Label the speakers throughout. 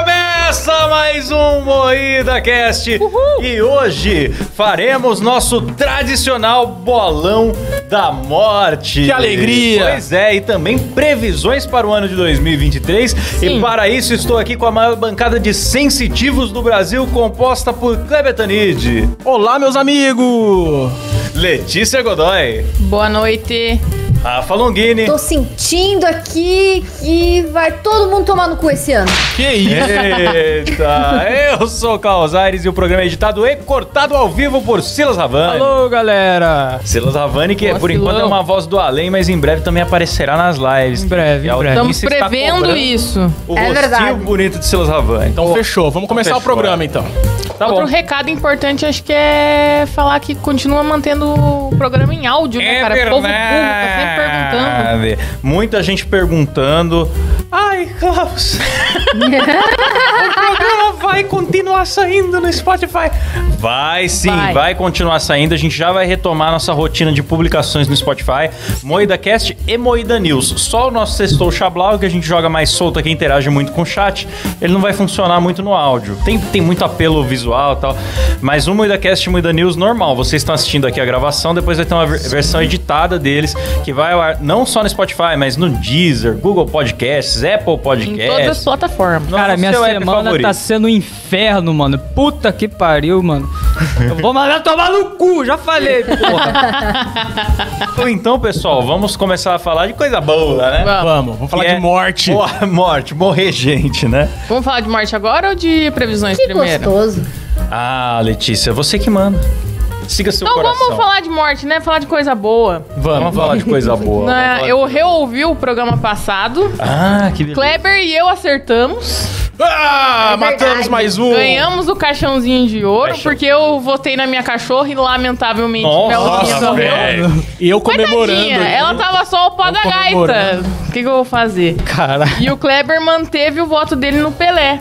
Speaker 1: Começa mais um Moída Cast e hoje faremos nosso tradicional bolão da morte.
Speaker 2: Que alegria!
Speaker 1: Pois é, e também previsões para o ano de 2023. E para isso estou aqui com a maior bancada de sensitivos do Brasil, composta por Kleber Tanid,
Speaker 2: Olá, meus amigos!
Speaker 1: Letícia Godoy,
Speaker 3: Boa
Speaker 1: É,
Speaker 3: noite.
Speaker 1: Rafa Longini.
Speaker 4: Tô sentindo aqui que vai todo mundo tomar no cu esse ano.
Speaker 2: Que isso?
Speaker 1: Eita, eu sou o Carlos Aires e o programa é editado e cortado ao vivo por Silas Ravani.
Speaker 2: Alô, galera!
Speaker 1: Silas Ravani, que
Speaker 3: Boa,
Speaker 1: por enquanto é
Speaker 3: Silão.
Speaker 1: uma voz do além, mas em breve também aparecerá nas lives.
Speaker 2: Em breve,
Speaker 1: E
Speaker 2: em
Speaker 1: a
Speaker 2: breve.
Speaker 3: Estamos
Speaker 1: audiência está
Speaker 3: prevendo
Speaker 1: cobrando
Speaker 3: isso.
Speaker 1: O
Speaker 4: É
Speaker 1: rostinho
Speaker 4: verdade.
Speaker 1: bonito de Silas Ravani.
Speaker 2: Então fechou, vamos começar
Speaker 1: fechou,
Speaker 2: o programa então.
Speaker 1: tá
Speaker 3: Outro
Speaker 1: bom.
Speaker 3: recado importante, acho que é falar que continua mantendo o programa em áudio, né, cara? O povo burro tá sempre perguntando.
Speaker 1: É verdade. Muita gente perguntando. Ai, Carlos. o programa vai continuar saindo no Spotify. Vai sim, vai.
Speaker 3: Vai.
Speaker 1: continuar saindo. A gente já vai retomar nossa rotina de publicações no Spotify. Moída Cast e Moída News. Só o nosso Sextou Chablau, que a gente joga mais solto aqui, interage muito com o chat. Ele não vai funcionar muito no áudio. Tem, tem muito apelo visual e tal. Mas o Moída Cast e Moída News normal. Vocês estão assistindo aqui a gravação, depois vai ter uma ver- versão editada deles, que vai ao ar não só no Spotify, mas no Deezer, Google Podcasts, Apple
Speaker 3: Em todas as
Speaker 1: Podcasts.
Speaker 3: plataformas.
Speaker 1: Nossa,
Speaker 5: Cara, minha
Speaker 1: seu app
Speaker 5: semana
Speaker 1: favorito.
Speaker 5: tá sendo um inferno, mano. Puta que pariu, mano. Eu vou mandar tomar no cu, já falei, porra.
Speaker 1: Então, pessoal, vamos começar a falar de coisa boa, né?
Speaker 3: Vamos.
Speaker 2: Vamos, vamos falar
Speaker 1: Que é-
Speaker 2: de morte.
Speaker 1: Boa, morte, morrer gente, né?
Speaker 3: Vamos falar de morte agora ou de previsões
Speaker 4: Que
Speaker 3: primeiro?
Speaker 4: gostoso.
Speaker 1: Ah, Letícia, você que manda. Siga seu
Speaker 3: Então
Speaker 1: coração.
Speaker 3: vamos falar de morte, né? Falar de coisa boa.
Speaker 1: Vamos falar de coisa boa.
Speaker 3: Né,
Speaker 1: Vamos falar
Speaker 3: eu
Speaker 1: de-
Speaker 3: reouvi o programa passado.
Speaker 1: Ah, que beleza.
Speaker 3: Kleber e eu acertamos.
Speaker 2: Ah,
Speaker 4: É
Speaker 2: matamos
Speaker 4: verdade.
Speaker 2: mais um!
Speaker 3: Ganhamos o caixãozinho de ouro,
Speaker 1: Caixão.
Speaker 3: porque eu votei na minha cachorra e lamentavelmente Belzinha
Speaker 1: Nossa,
Speaker 3: morreu.
Speaker 1: velho.
Speaker 2: E eu comemorando.
Speaker 3: Coitadinha, ela tava só o pó da gaita.
Speaker 2: comemorando.
Speaker 3: O que, que eu vou fazer?
Speaker 2: Cara.
Speaker 3: E o Kleber manteve o voto dele no Pelé.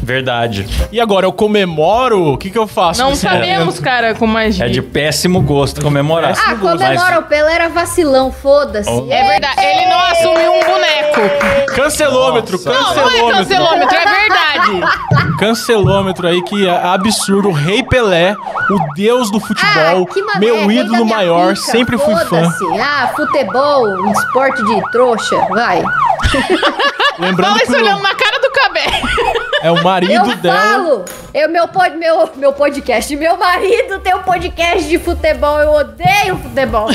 Speaker 1: Verdade.
Speaker 2: E agora eu comemoro? O que, que eu faço?
Speaker 3: Não
Speaker 2: nesse
Speaker 3: sabemos,
Speaker 2: momento?
Speaker 3: cara, como agir.
Speaker 1: É de péssimo gosto comemorar.
Speaker 4: Ah, comemora, o Pelé era vacilão, foda-se.
Speaker 1: Oh.
Speaker 3: É verdade, ele não assumiu um boneco.
Speaker 2: Cancelômetro,
Speaker 1: Nossa.
Speaker 3: Não, não é
Speaker 2: cancelômetro.
Speaker 3: cancelômetro, é verdade.
Speaker 2: Cancelômetro aí que é absurdo. O Rei Pelé, o deus
Speaker 3: Ah,
Speaker 2: do futebol,
Speaker 4: Ah, que mané,
Speaker 2: meu
Speaker 4: rei da
Speaker 2: ídolo
Speaker 4: minha
Speaker 2: maior,
Speaker 4: pica,
Speaker 2: sempre fui fã.
Speaker 4: foda-se. Ah, futebol, um esporte de trouxa, vai.
Speaker 2: Lembrando
Speaker 3: Fala
Speaker 2: que
Speaker 3: isso olhando
Speaker 2: o-
Speaker 3: na cara do Cabé.
Speaker 2: é o
Speaker 4: Eu
Speaker 2: marido dela.
Speaker 4: falo, eu, meu, pod- meu, meu podcast, meu marido tem um podcast de futebol, eu odeio futebol.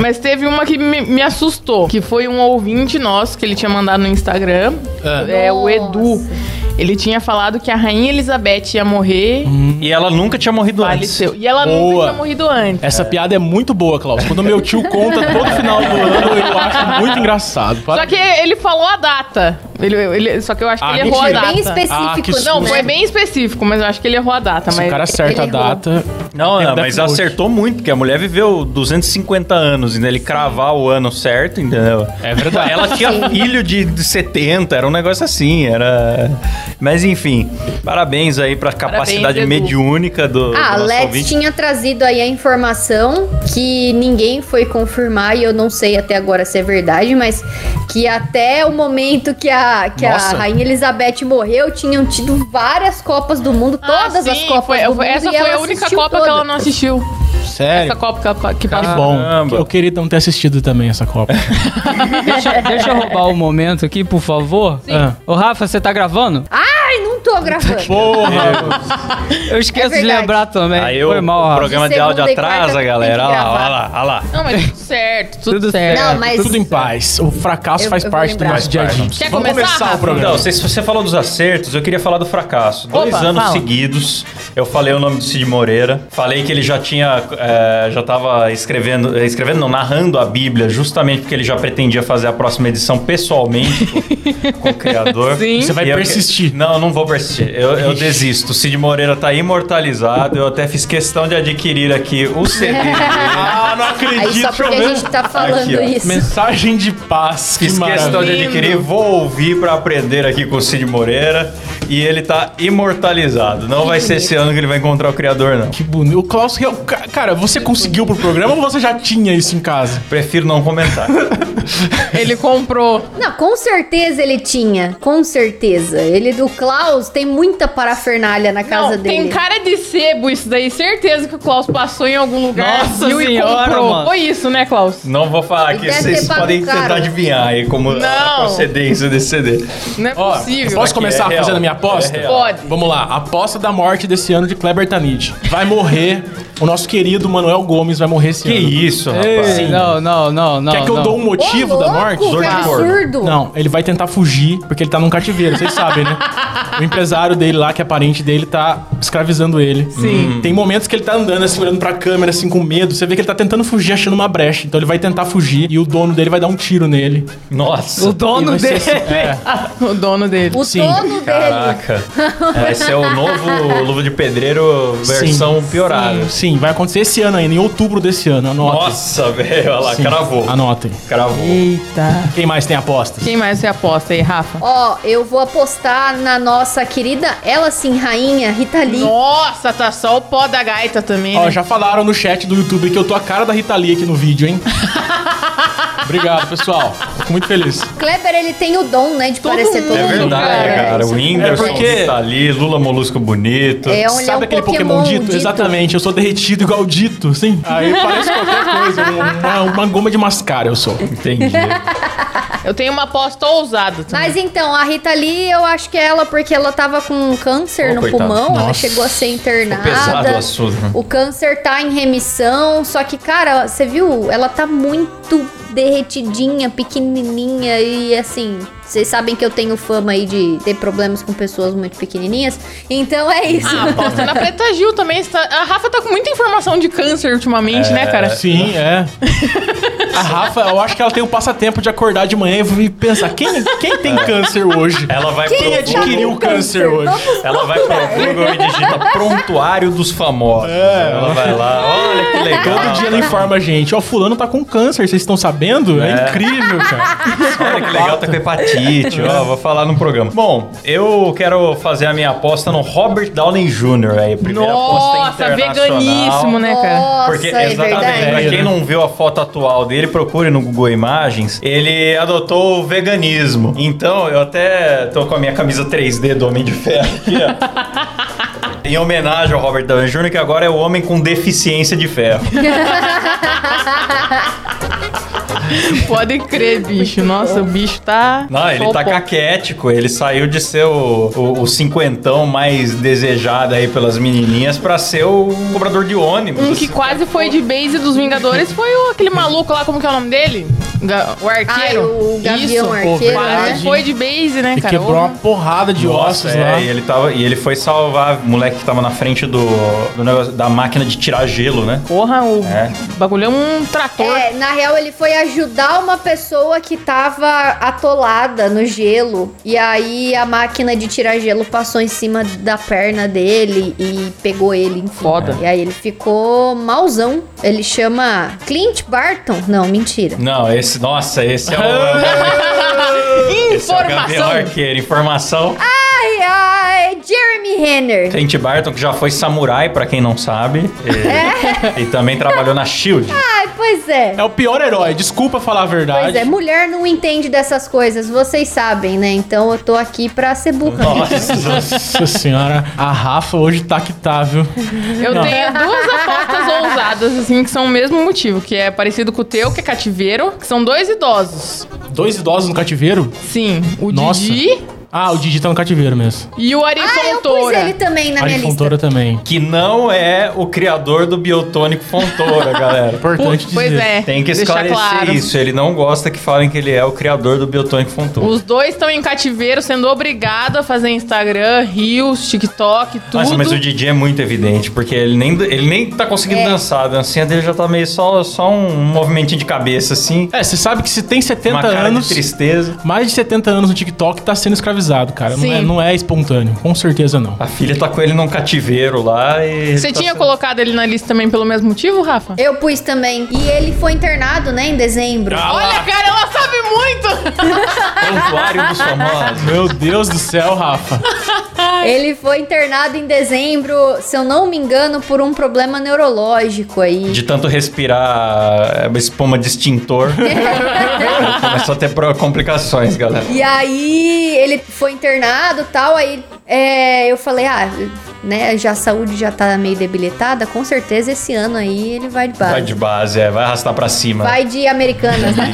Speaker 3: Mas teve uma que me, me assustou, que foi um ouvinte nosso que ele tinha mandado no Instagram. É, o Edu.
Speaker 4: Nossa.
Speaker 3: Ele tinha falado que a Rainha Elizabeth ia morrer
Speaker 1: E ela nunca tinha morrido antes.
Speaker 3: faleceu. E ela nunca
Speaker 2: Boa.
Speaker 3: tinha morrido antes.
Speaker 2: Essa piada é muito boa, Klaus. Quando meu tio conta todo final do ano, eu acho muito engraçado.
Speaker 3: Só que ele falou a data. Ele, ele- só que eu acho que
Speaker 2: Ah,
Speaker 3: ele errou a
Speaker 4: Foi
Speaker 2: mentira.
Speaker 3: data.
Speaker 4: bem específico, né?
Speaker 2: Ah, que
Speaker 3: Não,
Speaker 2: susto.
Speaker 3: foi bem específico, né? mas eu acho que ele errou a data.
Speaker 2: Se
Speaker 3: mas
Speaker 2: o cara acerta a
Speaker 4: ele é errou.
Speaker 2: data.
Speaker 1: Não, não,
Speaker 2: Tem
Speaker 1: mas
Speaker 2: Death Note.
Speaker 1: acertou muito, porque a mulher viveu 250 anos, e ele cravar o ano certo, entendeu?
Speaker 2: É verdade.
Speaker 1: Ela tinha filho de de 70, era um negócio assim, era. Mas enfim, parabéns aí pra capacidade
Speaker 3: Edu.
Speaker 1: mediúnica do,
Speaker 4: Ah, a
Speaker 1: do nosso
Speaker 4: Let's
Speaker 1: ouvinte.
Speaker 4: tinha trazido aí a informação que ninguém foi confirmar e eu não sei até agora se é verdade, mas que até o momento que a, que a
Speaker 2: Nossa.
Speaker 4: Rainha Elizabeth morreu, tinham tido várias Copas do Mundo,
Speaker 3: Ah,
Speaker 4: todas
Speaker 3: sim,
Speaker 4: as Copas
Speaker 3: foi-
Speaker 4: do
Speaker 3: foi-
Speaker 4: Mundo.
Speaker 3: Essa
Speaker 4: e
Speaker 3: foi
Speaker 4: ela
Speaker 3: a única
Speaker 4: assistiu
Speaker 3: Copa que
Speaker 4: toda.
Speaker 3: ela não assistiu. Essa
Speaker 2: Sério.
Speaker 3: Copa que, ela- que
Speaker 2: Que
Speaker 3: passou.
Speaker 2: bom.
Speaker 1: Caramba.
Speaker 2: Eu queria não ter assistido também essa Copa.
Speaker 5: deixa, deixa eu roubar o momento aqui, por favor.
Speaker 2: Ah.
Speaker 5: Ô, Rafa, você tá gravando?
Speaker 4: Ai, não
Speaker 1: Tá
Speaker 4: tô gravando.
Speaker 2: Porra!
Speaker 5: Eu esqueço de
Speaker 4: É verdade.
Speaker 5: lembrar também.
Speaker 1: Aí o,
Speaker 5: Foi mal,
Speaker 1: o
Speaker 5: Rafa.
Speaker 1: programa de
Speaker 4: Segunda
Speaker 1: áudio
Speaker 4: e quarta
Speaker 1: atrasa,
Speaker 4: tem que
Speaker 1: galera. Olha lá,
Speaker 4: gravar.
Speaker 1: olha lá, olha lá.
Speaker 3: Não, mas tudo certo, tudo,
Speaker 5: Tudo
Speaker 1: é,
Speaker 3: certo.
Speaker 1: tá
Speaker 4: Não, mas
Speaker 2: Tudo em paz. O fracasso
Speaker 4: Eu-
Speaker 2: faz
Speaker 4: eu vou
Speaker 2: parte do
Speaker 4: lembrar.
Speaker 2: nosso dia a dia.
Speaker 3: Quer
Speaker 2: Vamos
Speaker 3: começar,
Speaker 2: começar
Speaker 3: Rafa?
Speaker 2: o programa.
Speaker 1: Não, você, você falou dos acertos, eu queria falar do fracasso. Dois
Speaker 3: Opa,
Speaker 1: anos
Speaker 3: fala.
Speaker 1: seguidos, eu falei o nome do Cid Moreira, falei que ele já tinha, eh, já estava escrevendo, eh, escrevendo não, narrando a Bíblia, justamente porque ele já pretendia fazer a próxima edição pessoalmente com, com o criador.
Speaker 3: Sim.
Speaker 2: Você vai
Speaker 1: E eu-
Speaker 2: persistir.
Speaker 1: não, não vou persistir. Eu, eu desisto. O Cid Moreira tá imortalizado, eu até fiz questão de adquirir aqui o CD dele. é
Speaker 2: Ah, não
Speaker 4: Aí
Speaker 2: acredito.
Speaker 4: só porque a
Speaker 2: mesmo.
Speaker 4: gente tá falando
Speaker 1: ó.
Speaker 4: isso.
Speaker 2: Mensagem de paz. Que
Speaker 1: Fiz questão de
Speaker 2: maravilha.
Speaker 1: adquirir, vou ouvir pra aprender aqui com o Cid Moreira. E ele tá imortalizado. Não vai ser esse ano que ele vai encontrar o criador, não.
Speaker 2: Que bonito. O Klaus, real- ca- cara, você conseguiu pro programa ou você já tinha isso em casa?
Speaker 1: Prefiro não comentar.
Speaker 3: Ele comprou.
Speaker 4: Não, com certeza ele tinha. Com certeza. Ele do Klaus tem muita parafernália na casa
Speaker 3: não,
Speaker 4: dele.
Speaker 3: tem cara de sebo isso daí. Certeza que o Klaus passou em algum lugar,
Speaker 5: Nossa
Speaker 3: viu
Speaker 5: senhora,
Speaker 3: e comprou.
Speaker 5: mano.
Speaker 3: Foi isso, né, Klaus?
Speaker 1: Não vou falar
Speaker 4: Ele
Speaker 1: aqui,
Speaker 4: deve ter
Speaker 1: vocês
Speaker 4: pago
Speaker 1: podem
Speaker 4: caro.
Speaker 1: tentar adivinhar aí como a
Speaker 3: Não.
Speaker 1: procedência desse CD.
Speaker 3: Não é
Speaker 2: Ó, eu
Speaker 3: possível.
Speaker 2: posso começar
Speaker 1: real.
Speaker 2: fazendo a minha aposta?
Speaker 1: É real.
Speaker 3: Pode.
Speaker 2: Vamos lá, aposta da morte desse ano de Kleber Tanid. Vai morrer, o nosso querido Manuel Gomes vai morrer esse
Speaker 1: Que
Speaker 2: ano. É,
Speaker 1: isso,
Speaker 5: Ei,
Speaker 1: rapaz.
Speaker 5: não, não, não, não.
Speaker 2: Quer que eu
Speaker 5: Ah, não.
Speaker 2: dou um
Speaker 4: Ô,
Speaker 2: motivo da
Speaker 4: louco,
Speaker 2: morte?
Speaker 4: Que
Speaker 1: Dor de corno.
Speaker 4: absurdo.
Speaker 2: Não, ele vai tentar fugir, porque ele tá num cativeiro, vocês sabem, né? O empresário dele lá, que é parente dele, tá escravizando ele. Sim. Tem momentos que ele tá andando, assim, olhando pra câmera, assim, com medo. Você vê que ele tá tentando fugir, achando uma brecha. Então ele vai tentar fugir e o dono dele vai dar um tiro nele.
Speaker 5: O
Speaker 1: Nossa.
Speaker 5: dono
Speaker 2: E vai ser
Speaker 5: dele.
Speaker 2: assim, é.
Speaker 3: O dono dele.
Speaker 4: O
Speaker 2: Sim.
Speaker 4: dono dele.
Speaker 1: Caraca. Vai ser o novo Luva de Pedreiro versão piorada.
Speaker 2: Sim, sim, vai acontecer esse ano ainda, em outubro desse ano. Anotem.
Speaker 1: Nossa, velho. Olha lá,
Speaker 2: Sim, Ah,
Speaker 1: cravou.
Speaker 2: Anotem.
Speaker 1: Cravou.
Speaker 5: Eita.
Speaker 2: Quem mais tem apostas?
Speaker 3: Quem mais você aposta aí, Rafa?
Speaker 4: Ó, eu vou apostar na nossa querida, ela sim, rainha, Rita Lee.
Speaker 3: Nossa, tá só o pó da gaita também.
Speaker 2: Ó,
Speaker 3: né?
Speaker 2: já falaram no chat do YouTube que eu tô a cara da Rita Lee aqui no vídeo, hein? Obrigado, pessoal. Fico muito feliz.
Speaker 4: Kleber, ele tem o dom, né, de
Speaker 3: Todo
Speaker 4: parecer
Speaker 3: mundo,
Speaker 4: todo
Speaker 1: É
Speaker 4: mundo.
Speaker 1: verdade,
Speaker 3: cara. é
Speaker 1: cara. O Whindersson
Speaker 2: porque-
Speaker 1: está ali, Lula Molusco bonito.
Speaker 4: É, ele é um
Speaker 2: Sabe aquele Pokémon, dito? Exatamente, eu sou derretido igual o dito, sim. Aí parece qualquer coisa, né? uma, uma goma de mascara eu sou. É,
Speaker 1: Entendi.
Speaker 3: Eu tenho uma aposta ousada também.
Speaker 4: Mas então, a Rita Lee, eu acho que é ela, porque ela tava com câncer
Speaker 1: Ô,
Speaker 4: no
Speaker 1: coitada.
Speaker 4: pulmão, ela
Speaker 2: Nossa.
Speaker 4: chegou a ser internada.
Speaker 1: Pesado o assunto. né?
Speaker 4: O câncer tá em remissão, só que, cara, você viu? Ela tá muito derretidinha, pequenininha e assim. Vocês sabem que eu tenho fama aí de ter problemas com pessoas muito pequenininhas. Então é isso.
Speaker 3: Ah, aposta na Preta Gil também. está- A Rafa tá com muita informação de câncer ultimamente, né, cara?
Speaker 2: Sim, é. A Rafa, eu acho que ela tem o passatempo de acordar de manhã e pensar, quem, quem tem câncer hoje?
Speaker 1: Ela vai
Speaker 2: Quem
Speaker 4: é
Speaker 1: pro Google,
Speaker 2: adquiriu o câncer hoje?
Speaker 1: ela vai pro Google e digita prontuário dos famosos. Ela vai lá, olha que legal.
Speaker 2: Todo dia ela informa a gente, ó, fulano tá com câncer, vocês estão sabendo? É, incrível, cara.
Speaker 1: Olha que legal, tá com hepatite, ó, vou falar no programa. Bom, eu quero fazer a minha aposta no Robert Downey Jr. aí, primeira aposta
Speaker 3: Nossa,
Speaker 1: internacional.
Speaker 3: veganíssimo, né, cara?
Speaker 4: Nossa,
Speaker 1: Porque,
Speaker 4: é
Speaker 1: exatamente,
Speaker 4: verdade.
Speaker 1: pra quem não viu a foto atual dele, procure no Google Imagens, ele adotou o veganismo. Então, eu até tô com a minha camisa 3D do Homem de Ferro aqui, ó. Em homenagem ao Robert Downey Jr., que agora é o homem com deficiência de ferro.
Speaker 3: Pode crer, bicho. Nossa, o bicho tá.
Speaker 1: Não, ele
Speaker 3: Pô,
Speaker 1: tá
Speaker 3: pô.
Speaker 1: caquético, ele saiu de ser o, o- o cinquentão mais desejado aí pelas menininhas pra ser o cobrador de ônibus. assim.
Speaker 3: Um que quase foi de base dos Vingadores foi o, aquele maluco lá, como que é o nome dele? Ga- o
Speaker 4: Ai,
Speaker 3: arqueiro.
Speaker 4: Ah, é o Gavião
Speaker 3: Isso.
Speaker 4: Arqueiro,
Speaker 2: verdade.
Speaker 4: né?
Speaker 3: Quase foi de base, né,
Speaker 2: E
Speaker 3: cara?
Speaker 2: quebrou uma porrada de
Speaker 1: Nossa,
Speaker 2: ossos
Speaker 1: é,
Speaker 2: lá.
Speaker 1: e ele, tava, e ele foi salvar o moleque que tava na frente do, do negócio, da máquina de tirar gelo, né?
Speaker 3: Porra, o
Speaker 1: É.
Speaker 3: bagulho é um trator.
Speaker 4: É, na real, ele foi ajudar uma pessoa que tava atolada no gelo. E aí a máquina de tirar gelo passou em cima da perna dele e pegou ele, enfim.
Speaker 3: Foda.
Speaker 4: E aí ele ficou malzão. Ele chama Clint Barton. Não, mentira.
Speaker 1: Não, esse, nossa, esse é o. esse é o Gabriel
Speaker 3: Informação.
Speaker 1: Arqueiro, informação.
Speaker 4: Ai, ai, Jeremy Renner.
Speaker 1: Clint Barton, que já foi samurai, pra quem não sabe.
Speaker 3: É.
Speaker 1: E, e também trabalhou na Shield.
Speaker 4: Ai, pois é.
Speaker 2: É o pior herói, desculpa falar a verdade.
Speaker 4: Pois é, mulher não entende dessas coisas, vocês sabem, né? Então eu tô aqui pra ser burra.
Speaker 1: Nossa.
Speaker 2: Nossa senhora, a Rafa hoje tá que tá, viu?
Speaker 3: Eu
Speaker 2: Não.
Speaker 3: tenho duas apostas ousadas, assim, que são o mesmo motivo, que é parecido com o teu, que é cativeiro, que são dois idosos.
Speaker 2: Dois idosos no cativeiro?
Speaker 3: Sim, o
Speaker 2: Nossa.
Speaker 3: Didi
Speaker 2: Ah, o Didi tá no cativeiro mesmo.
Speaker 3: e o Ari
Speaker 4: Ah, eu pus
Speaker 3: Fontoura.
Speaker 4: ele também na
Speaker 2: A
Speaker 4: minha lista.
Speaker 2: Fontoura também.
Speaker 1: que não é o criador do biotônico Fontoura, galera.
Speaker 2: Importante dizer.
Speaker 3: Pois é,
Speaker 1: Tem que
Speaker 3: deixar
Speaker 1: esclarecer
Speaker 3: claro.
Speaker 1: isso. Ele não gosta que falem que ele é o criador do biotônico Fontoura.
Speaker 3: Os dois estão em cativeiro, sendo obrigados a fazer Instagram, Reels, TikTok, tudo. É.
Speaker 1: Nossa, mas o Didi é muito evidente, porque ele nem, ele nem tá conseguindo dançar. A dancinha dele já tá meio só, só um movimentinho de cabeça, assim.
Speaker 2: É, você sabe que se tem 70
Speaker 1: Uma cara
Speaker 2: anos,
Speaker 1: de tristeza.
Speaker 2: mais de 70 anos no TikTok tá sendo escravizado, cara. Não
Speaker 3: Sim.
Speaker 2: é, não é espontâneo, com certeza não.
Speaker 1: A filha tá com ele num cativeiro lá e...
Speaker 3: Você
Speaker 1: tá
Speaker 3: tinha
Speaker 1: sendo-
Speaker 3: colocado ele na lista também pelo mesmo motivo, Rafa?
Speaker 4: Eu pus também. E ele foi internado, né, em dezembro.
Speaker 1: Ah
Speaker 3: Ah. Olha, cara, ela sabe sabe muito!
Speaker 1: Santuário dos famosos.
Speaker 2: Meu Deus do céu, Rafa.
Speaker 4: Ele foi internado em dezembro, se eu não me engano, por um problema neurológico aí.
Speaker 1: De tanto respirar é, uma espuma de extintor. Começou a ter pro- complicações, galera.
Speaker 4: E aí ele foi internado tal, aí é, eu falei, ah, né, já a saúde já tá meio debilitada, com certeza esse ano aí ele vai de base.
Speaker 1: Vai de base, é. Vai arrastar pra cima.
Speaker 4: Vai de americanas, né?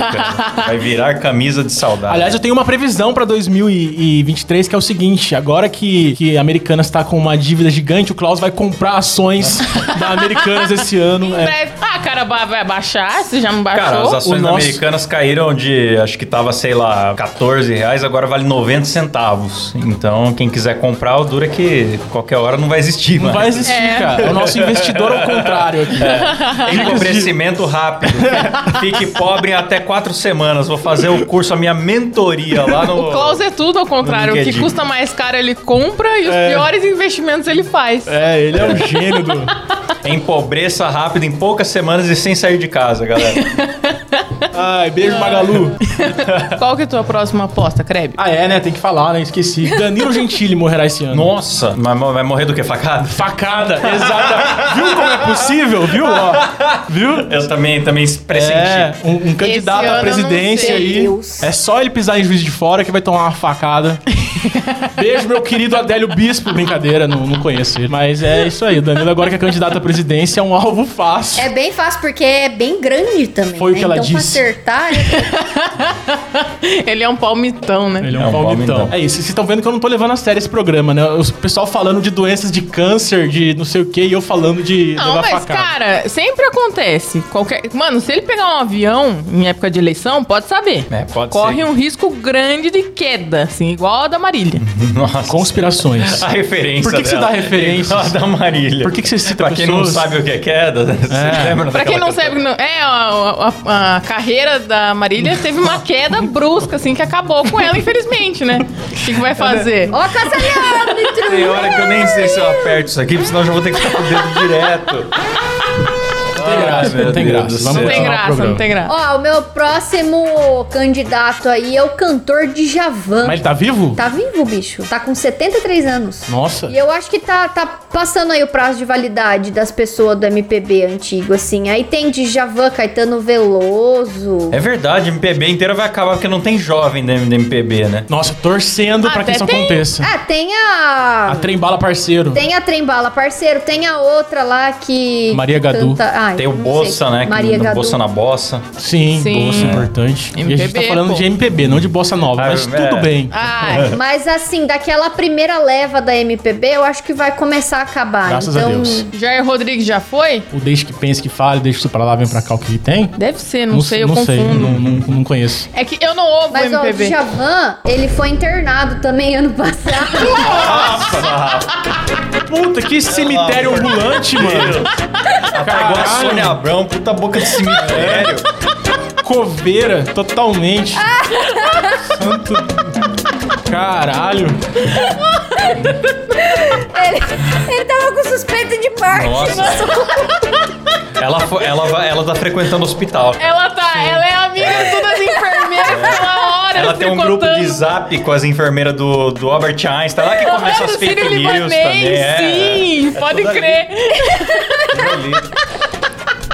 Speaker 1: Vai virar camisa de saudade.
Speaker 2: Aliás, eu tenho uma previsão pra 2023 que é o seguinte: agora que, que a Americanas tá com uma dívida gigante, o Klaus vai comprar ações da Americanas esse ano.
Speaker 3: Em
Speaker 2: É,
Speaker 3: breve. Ah, cara, ba- vai baixar? Se já não baixou?
Speaker 1: Cara, as ações
Speaker 2: o nosso-
Speaker 1: americanas caíram de, acho que tava, sei lá, 14 reais, agora vale 90 centavos. Então, quem quiser comprar, o dura que qualquer hora não vai existir,
Speaker 2: não
Speaker 1: mano.
Speaker 2: vai existir,
Speaker 3: É.
Speaker 2: cara. É o nosso investidor ao contrário aqui.
Speaker 1: Empobrecimento rápido. Fique pobre em até quatro semanas. Vou fazer o curso, a minha mentoria lá no.
Speaker 3: O Klaus é tudo ao contrário. O que
Speaker 1: LinkedIn. É.
Speaker 3: custa mais caro ele compra e os piores investimentos ele faz.
Speaker 2: É, ele é o gênio do.
Speaker 1: Empobreça rápido em poucas semanas e sem sair de casa, galera.
Speaker 2: Ai, beijo, Magalu.
Speaker 3: Qual que é a tua próxima aposta, Kreb?
Speaker 2: Ah, é, né? Tem que falar, né? Esqueci. Danilo Gentili morrerá esse ano.
Speaker 1: Nossa, mas vai morrer do que? Facada?
Speaker 2: Facada, exata. viu como é possível? Viu? Ó, viu?
Speaker 1: Eu também, também pressenti.
Speaker 2: É, um, um candidato
Speaker 3: Esse ano
Speaker 2: à
Speaker 3: eu
Speaker 2: presidência
Speaker 3: não sei.
Speaker 2: aí.
Speaker 4: Deus.
Speaker 2: É só ele pisar em juiz de fora que vai tomar uma facada. Beijo, meu querido Adélio Bispo. Brincadeira, não, não conheço ele. Mas é isso aí. O Danilo, agora que é candidato à presidência, é um alvo fácil.
Speaker 4: É bem fácil porque é bem grande também.
Speaker 2: Foi o
Speaker 4: né?
Speaker 2: que ela
Speaker 4: então,
Speaker 2: disse.
Speaker 4: pra acertar, ele-
Speaker 3: Ele é um palmitão, né?
Speaker 2: Ele é um,
Speaker 1: É um
Speaker 2: palmitão.
Speaker 1: palmitão.
Speaker 2: É isso. Vocês estão vendo que eu não tô levando a sério esse programa, né? O pessoal falando de doenças de câncer, de não sei o quê, e eu falando de
Speaker 3: Não,
Speaker 2: levar
Speaker 3: mas,
Speaker 2: facada.
Speaker 3: cara, sempre acontece. Qualquer... Mano, se ele pegar um avião em época de eleição, pode saber.
Speaker 1: É, pode
Speaker 3: Corre
Speaker 1: ser.
Speaker 3: um risco grande de queda, assim, igual a da Marília.
Speaker 1: Uhum. Nossa.
Speaker 2: Ah, Conspirações.
Speaker 1: A referência.
Speaker 2: Por que que você
Speaker 1: dela.
Speaker 2: dá referências?
Speaker 1: Ela da Marília.
Speaker 2: Por que que você cita
Speaker 1: Pra quem não
Speaker 2: pessoas?
Speaker 1: sabe o que é queda, né? você
Speaker 2: É.
Speaker 1: lembra
Speaker 3: Pra
Speaker 1: daquela
Speaker 3: quem não
Speaker 1: cantora?
Speaker 3: sabe, não- é, a, a- a carreira da Marília teve uma queda brusca, assim, que acabou com ela, infelizmente, né? O que, que vai
Speaker 1: é
Speaker 3: fazer?
Speaker 4: Ó, Cassalhano!
Speaker 1: Tem hora que eu nem sei se eu aperto isso aqui, porque senão eu já vou ter que ficar com o dedo direto. Não
Speaker 2: tem graça, não tem graça.
Speaker 1: um
Speaker 2: Vamos
Speaker 3: Não tem
Speaker 2: continuar o
Speaker 3: graça, não
Speaker 2: programa.
Speaker 3: tem graça.
Speaker 4: Ó, o meu próximo candidato aí é o cantor de Javan.
Speaker 2: Mas ele tá vivo?
Speaker 4: Tá vivo, bicho. Tá com 73 anos.
Speaker 2: Nossa.
Speaker 4: E eu acho que tá, tá passando aí o prazo de validade das pessoas do MPB antigo, assim. Aí tem Djavan, Caetano Veloso.
Speaker 1: É verdade, MPB inteira vai acabar porque não tem jovem da da MPB, né?
Speaker 2: Nossa, torcendo pra que
Speaker 3: Até
Speaker 2: isso
Speaker 3: tem-
Speaker 2: aconteça.
Speaker 4: Ah, tem
Speaker 3: Ah.
Speaker 2: A
Speaker 4: a...
Speaker 2: Trembala Parceiro.
Speaker 4: Tem a Trembala, parceiro. Tem a outra lá que...
Speaker 2: Maria Gadu.
Speaker 4: Ai,
Speaker 1: Tem o
Speaker 4: não
Speaker 1: Bossa,
Speaker 4: sei. é.
Speaker 1: né? que
Speaker 4: Maria
Speaker 1: no
Speaker 4: Gadu.
Speaker 1: Bossa na Bossa.
Speaker 2: Sim,
Speaker 3: Sim.
Speaker 2: bolsa importante. e a gente tá
Speaker 3: MPB,
Speaker 2: falando
Speaker 3: pô.
Speaker 2: de MPB, não de bossa nova,
Speaker 1: Ah,
Speaker 2: mas
Speaker 1: é.
Speaker 2: tudo bem.
Speaker 3: Ai,
Speaker 4: Mas assim, daquela primeira leva da MPB, eu acho que vai começar a acabar.
Speaker 2: Graças a
Speaker 4: então,
Speaker 2: Deus.
Speaker 3: Jair Rodrigues já foi?
Speaker 2: O Deixa que pense que fale, deixa isso pra lá, vem pra cá, o que que tem?
Speaker 3: Deve ser, não, sei, eu
Speaker 2: não
Speaker 3: confundo.
Speaker 2: sei, não, não- não conheço.
Speaker 3: É que eu não ouvo
Speaker 4: Mas ó, o
Speaker 3: MPB.
Speaker 4: Djavan, ele foi internado também ano passado.
Speaker 2: Puta, que cemitério ambulante, mano.
Speaker 1: Pegou a
Speaker 2: Caralho.
Speaker 1: Sônia Abrão, puta boca de cemitério.
Speaker 2: Coveira, totalmente. Santo... Caralho.
Speaker 4: ele, ele tava com suspeita de Parkinson.
Speaker 1: ela, fo- ela, vai- ela tá frequentando o hospital.
Speaker 3: Ela tá, ela é amiga de todas as enfermeiras pela hora. tá
Speaker 1: Ela tem um grupo de zap com as enfermeiras do, do Albert Einstein, tá lá que começa as fake news também. é.
Speaker 3: Sim, pode
Speaker 1: tudo ali.
Speaker 3: crer.
Speaker 1: Tudo ali.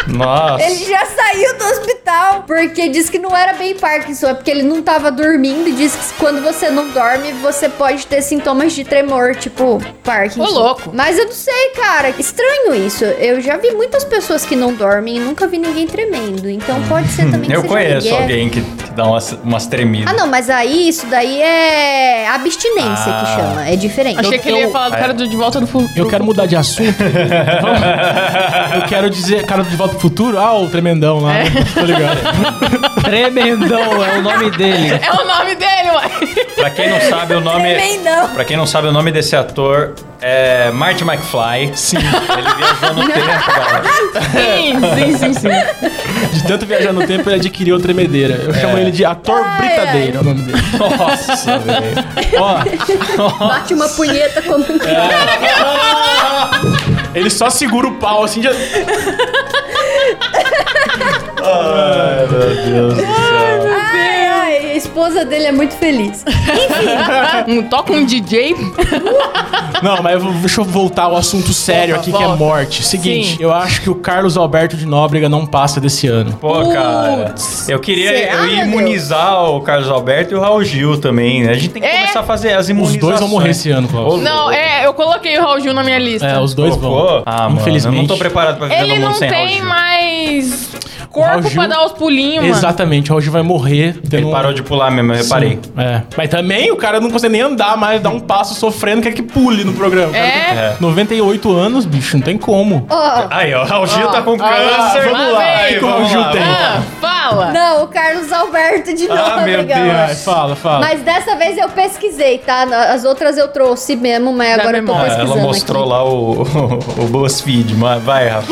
Speaker 1: Nossa.
Speaker 4: Ele já saiu do hospital porque disse que não era bem Parkinson, é porque ele não tava dormindo e disse que quando você não dorme, você pode ter sintomas de tremor, tipo Parkinson.
Speaker 3: Ô, louco.
Speaker 4: Mas eu não sei, cara. Estranho isso. Eu já vi muitas pessoas que não dormem e nunca vi ninguém tremendo. Então pode ser também que
Speaker 1: Eu
Speaker 4: seja
Speaker 1: conheço
Speaker 4: Miguel.
Speaker 1: alguém que, que dá umas, umas tremidas.
Speaker 4: Ah, não, mas aí isso daí é abstinência que
Speaker 1: Ah.
Speaker 4: chama. É diferente.
Speaker 3: Achei que ele ia
Speaker 2: eu-
Speaker 3: falar do
Speaker 1: é.
Speaker 3: cara do De Volta do Futuro.
Speaker 2: Eu quero mudar de assunto. Vamos- Eu quero dizer, cara, de volta pro futuro. Ah, o tremendão lá. né? Tô ligado.
Speaker 1: um-
Speaker 5: Tremendão é o nome dele.
Speaker 3: É o nome dele, uai.
Speaker 1: Pra quem não sabe, o nome.
Speaker 4: Tremei, não.
Speaker 1: Pra quem não sabe, o nome desse ator é Marty McFly. Sim. Ele viajou no tempo, galera.
Speaker 3: Sim, sim, sim, sim.
Speaker 2: De tanto viajar no tempo, ele adquiriu a tremedeira. Eu chamo ele de ator britadeiro, é o nome dele.
Speaker 1: Nossa, velho.
Speaker 2: Ó,
Speaker 4: Bate uma punheta como
Speaker 1: É.
Speaker 4: um cara.
Speaker 2: ele só segura o pau assim de.
Speaker 1: Ai, meu Deus do céu.
Speaker 4: Ai, ai, esposa dele é muito feliz.
Speaker 3: Um, toca um DJ.
Speaker 2: Não, mas eu vou- deixa eu voltar ao assunto sério
Speaker 3: Volta,
Speaker 2: aqui, que é
Speaker 3: volta.
Speaker 2: morte. Seguinte,
Speaker 3: Sim.
Speaker 2: eu acho que o Carlos Alberto de Nóbrega não passa desse ano.
Speaker 1: Pô, cara. Eu queria
Speaker 4: será,
Speaker 1: eu ia
Speaker 4: meu
Speaker 1: imunizar o Carlos Alberto e o Raul Gil também, né? A gente tem que
Speaker 3: É.
Speaker 1: começar a fazer as
Speaker 2: Os
Speaker 1: imunizações.
Speaker 2: dois vão morrer esse ano,
Speaker 1: Ô,
Speaker 2: Klaus.
Speaker 3: Não, é, eu coloquei o Raul Gil na minha lista.
Speaker 2: É, os dois
Speaker 1: Pô,
Speaker 2: vão.
Speaker 1: Ah,
Speaker 2: Infelizmente.
Speaker 1: Mano, eu não tô preparado pra viver
Speaker 3: Ele
Speaker 1: no mundo
Speaker 3: não
Speaker 1: sem Raul
Speaker 3: tem
Speaker 1: Gil.
Speaker 3: mais
Speaker 2: Raul
Speaker 3: corpo
Speaker 2: Gil-
Speaker 3: pra dar os pulinhos, mano.
Speaker 2: Exatamente, o Roger vai morrer.
Speaker 1: Ele parou de pular mesmo, eu reparei.
Speaker 2: É. Mas também o cara não consegue nem andar mais, dar um passo sofrendo, quer que pule no programa.
Speaker 3: É.
Speaker 1: É.
Speaker 2: 98 anos, bicho, não tem como.
Speaker 4: Ó,
Speaker 1: Aí, ó, Raul Gil tá com
Speaker 2: Ah,
Speaker 1: câncer.
Speaker 2: vamos lá.
Speaker 3: vem.
Speaker 2: Aí, como o
Speaker 1: vamos
Speaker 2: Gil
Speaker 1: lá,
Speaker 2: tem.
Speaker 1: vamos lá.
Speaker 3: Ah, fala.
Speaker 4: não, o Carlos Alberto de novo,
Speaker 1: Ah, meu
Speaker 4: obrigado.
Speaker 1: Deus.
Speaker 2: Vai, fala, fala.
Speaker 4: Mas dessa vez eu pesquisei, tá? Na- As outras eu trouxe mesmo, mas
Speaker 3: Da
Speaker 4: agora eu tô
Speaker 3: memória.
Speaker 1: Ah,
Speaker 4: pesquisando
Speaker 1: ela mostrou
Speaker 4: aqui.
Speaker 1: lá o, o, o BuzzFeed, mas vai, Rafa.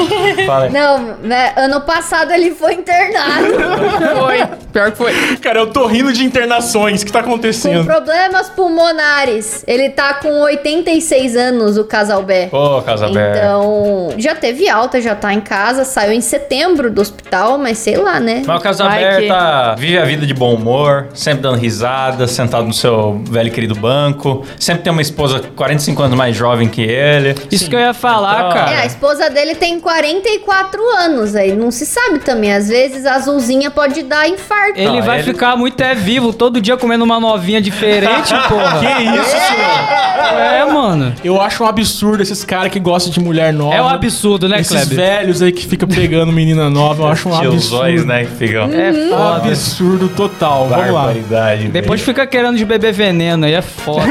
Speaker 1: Fala aí.
Speaker 4: Não, né, ano passado ele foi internado
Speaker 3: Foi. Pior que foi.
Speaker 2: Cara, eu tô rindo de internações. O que tá
Speaker 4: com
Speaker 2: acontecendo?
Speaker 4: problemas pulmonares. Ele tá com 86 anos, o Casalbé.
Speaker 1: Ô, Casa Aberta.
Speaker 4: Então, já teve alta, já tá em casa, saiu em setembro do hospital, mas sei lá, né?
Speaker 1: Mas o Casa
Speaker 3: Vai
Speaker 1: Aberta vive a vida de bom humor, sempre dando risada, sentado no seu velho e querido banco, sempre tem uma esposa 45 anos mais jovem que ele.
Speaker 5: Isso que eu ia falar,
Speaker 1: Então-
Speaker 5: cara.
Speaker 4: É, a esposa dele tem 44 anos aí, não se sabe também. Às vezes a azulzinha pode dar infarto.
Speaker 5: Ele
Speaker 1: Não,
Speaker 5: vai
Speaker 1: então, ele-
Speaker 5: ficar muito é vivo, todo dia comendo uma novinha diferente, porra.
Speaker 2: Que isso, senhor?
Speaker 5: É, mano.
Speaker 2: Eu acho um absurdo esses caras que gostam de mulher nova.
Speaker 5: É um absurdo, né,
Speaker 2: Esses
Speaker 5: Kleber?
Speaker 2: velhos aí que ficam pegando menina nova, eu acho um
Speaker 1: Tiozões,
Speaker 2: absurdo.
Speaker 1: né? Que ficam.
Speaker 5: É foda.
Speaker 2: Absurdo total. Vamos lá.
Speaker 1: Barbaridade.
Speaker 5: Depois
Speaker 1: velho.
Speaker 5: fica querendo de beber veneno, aí é foda.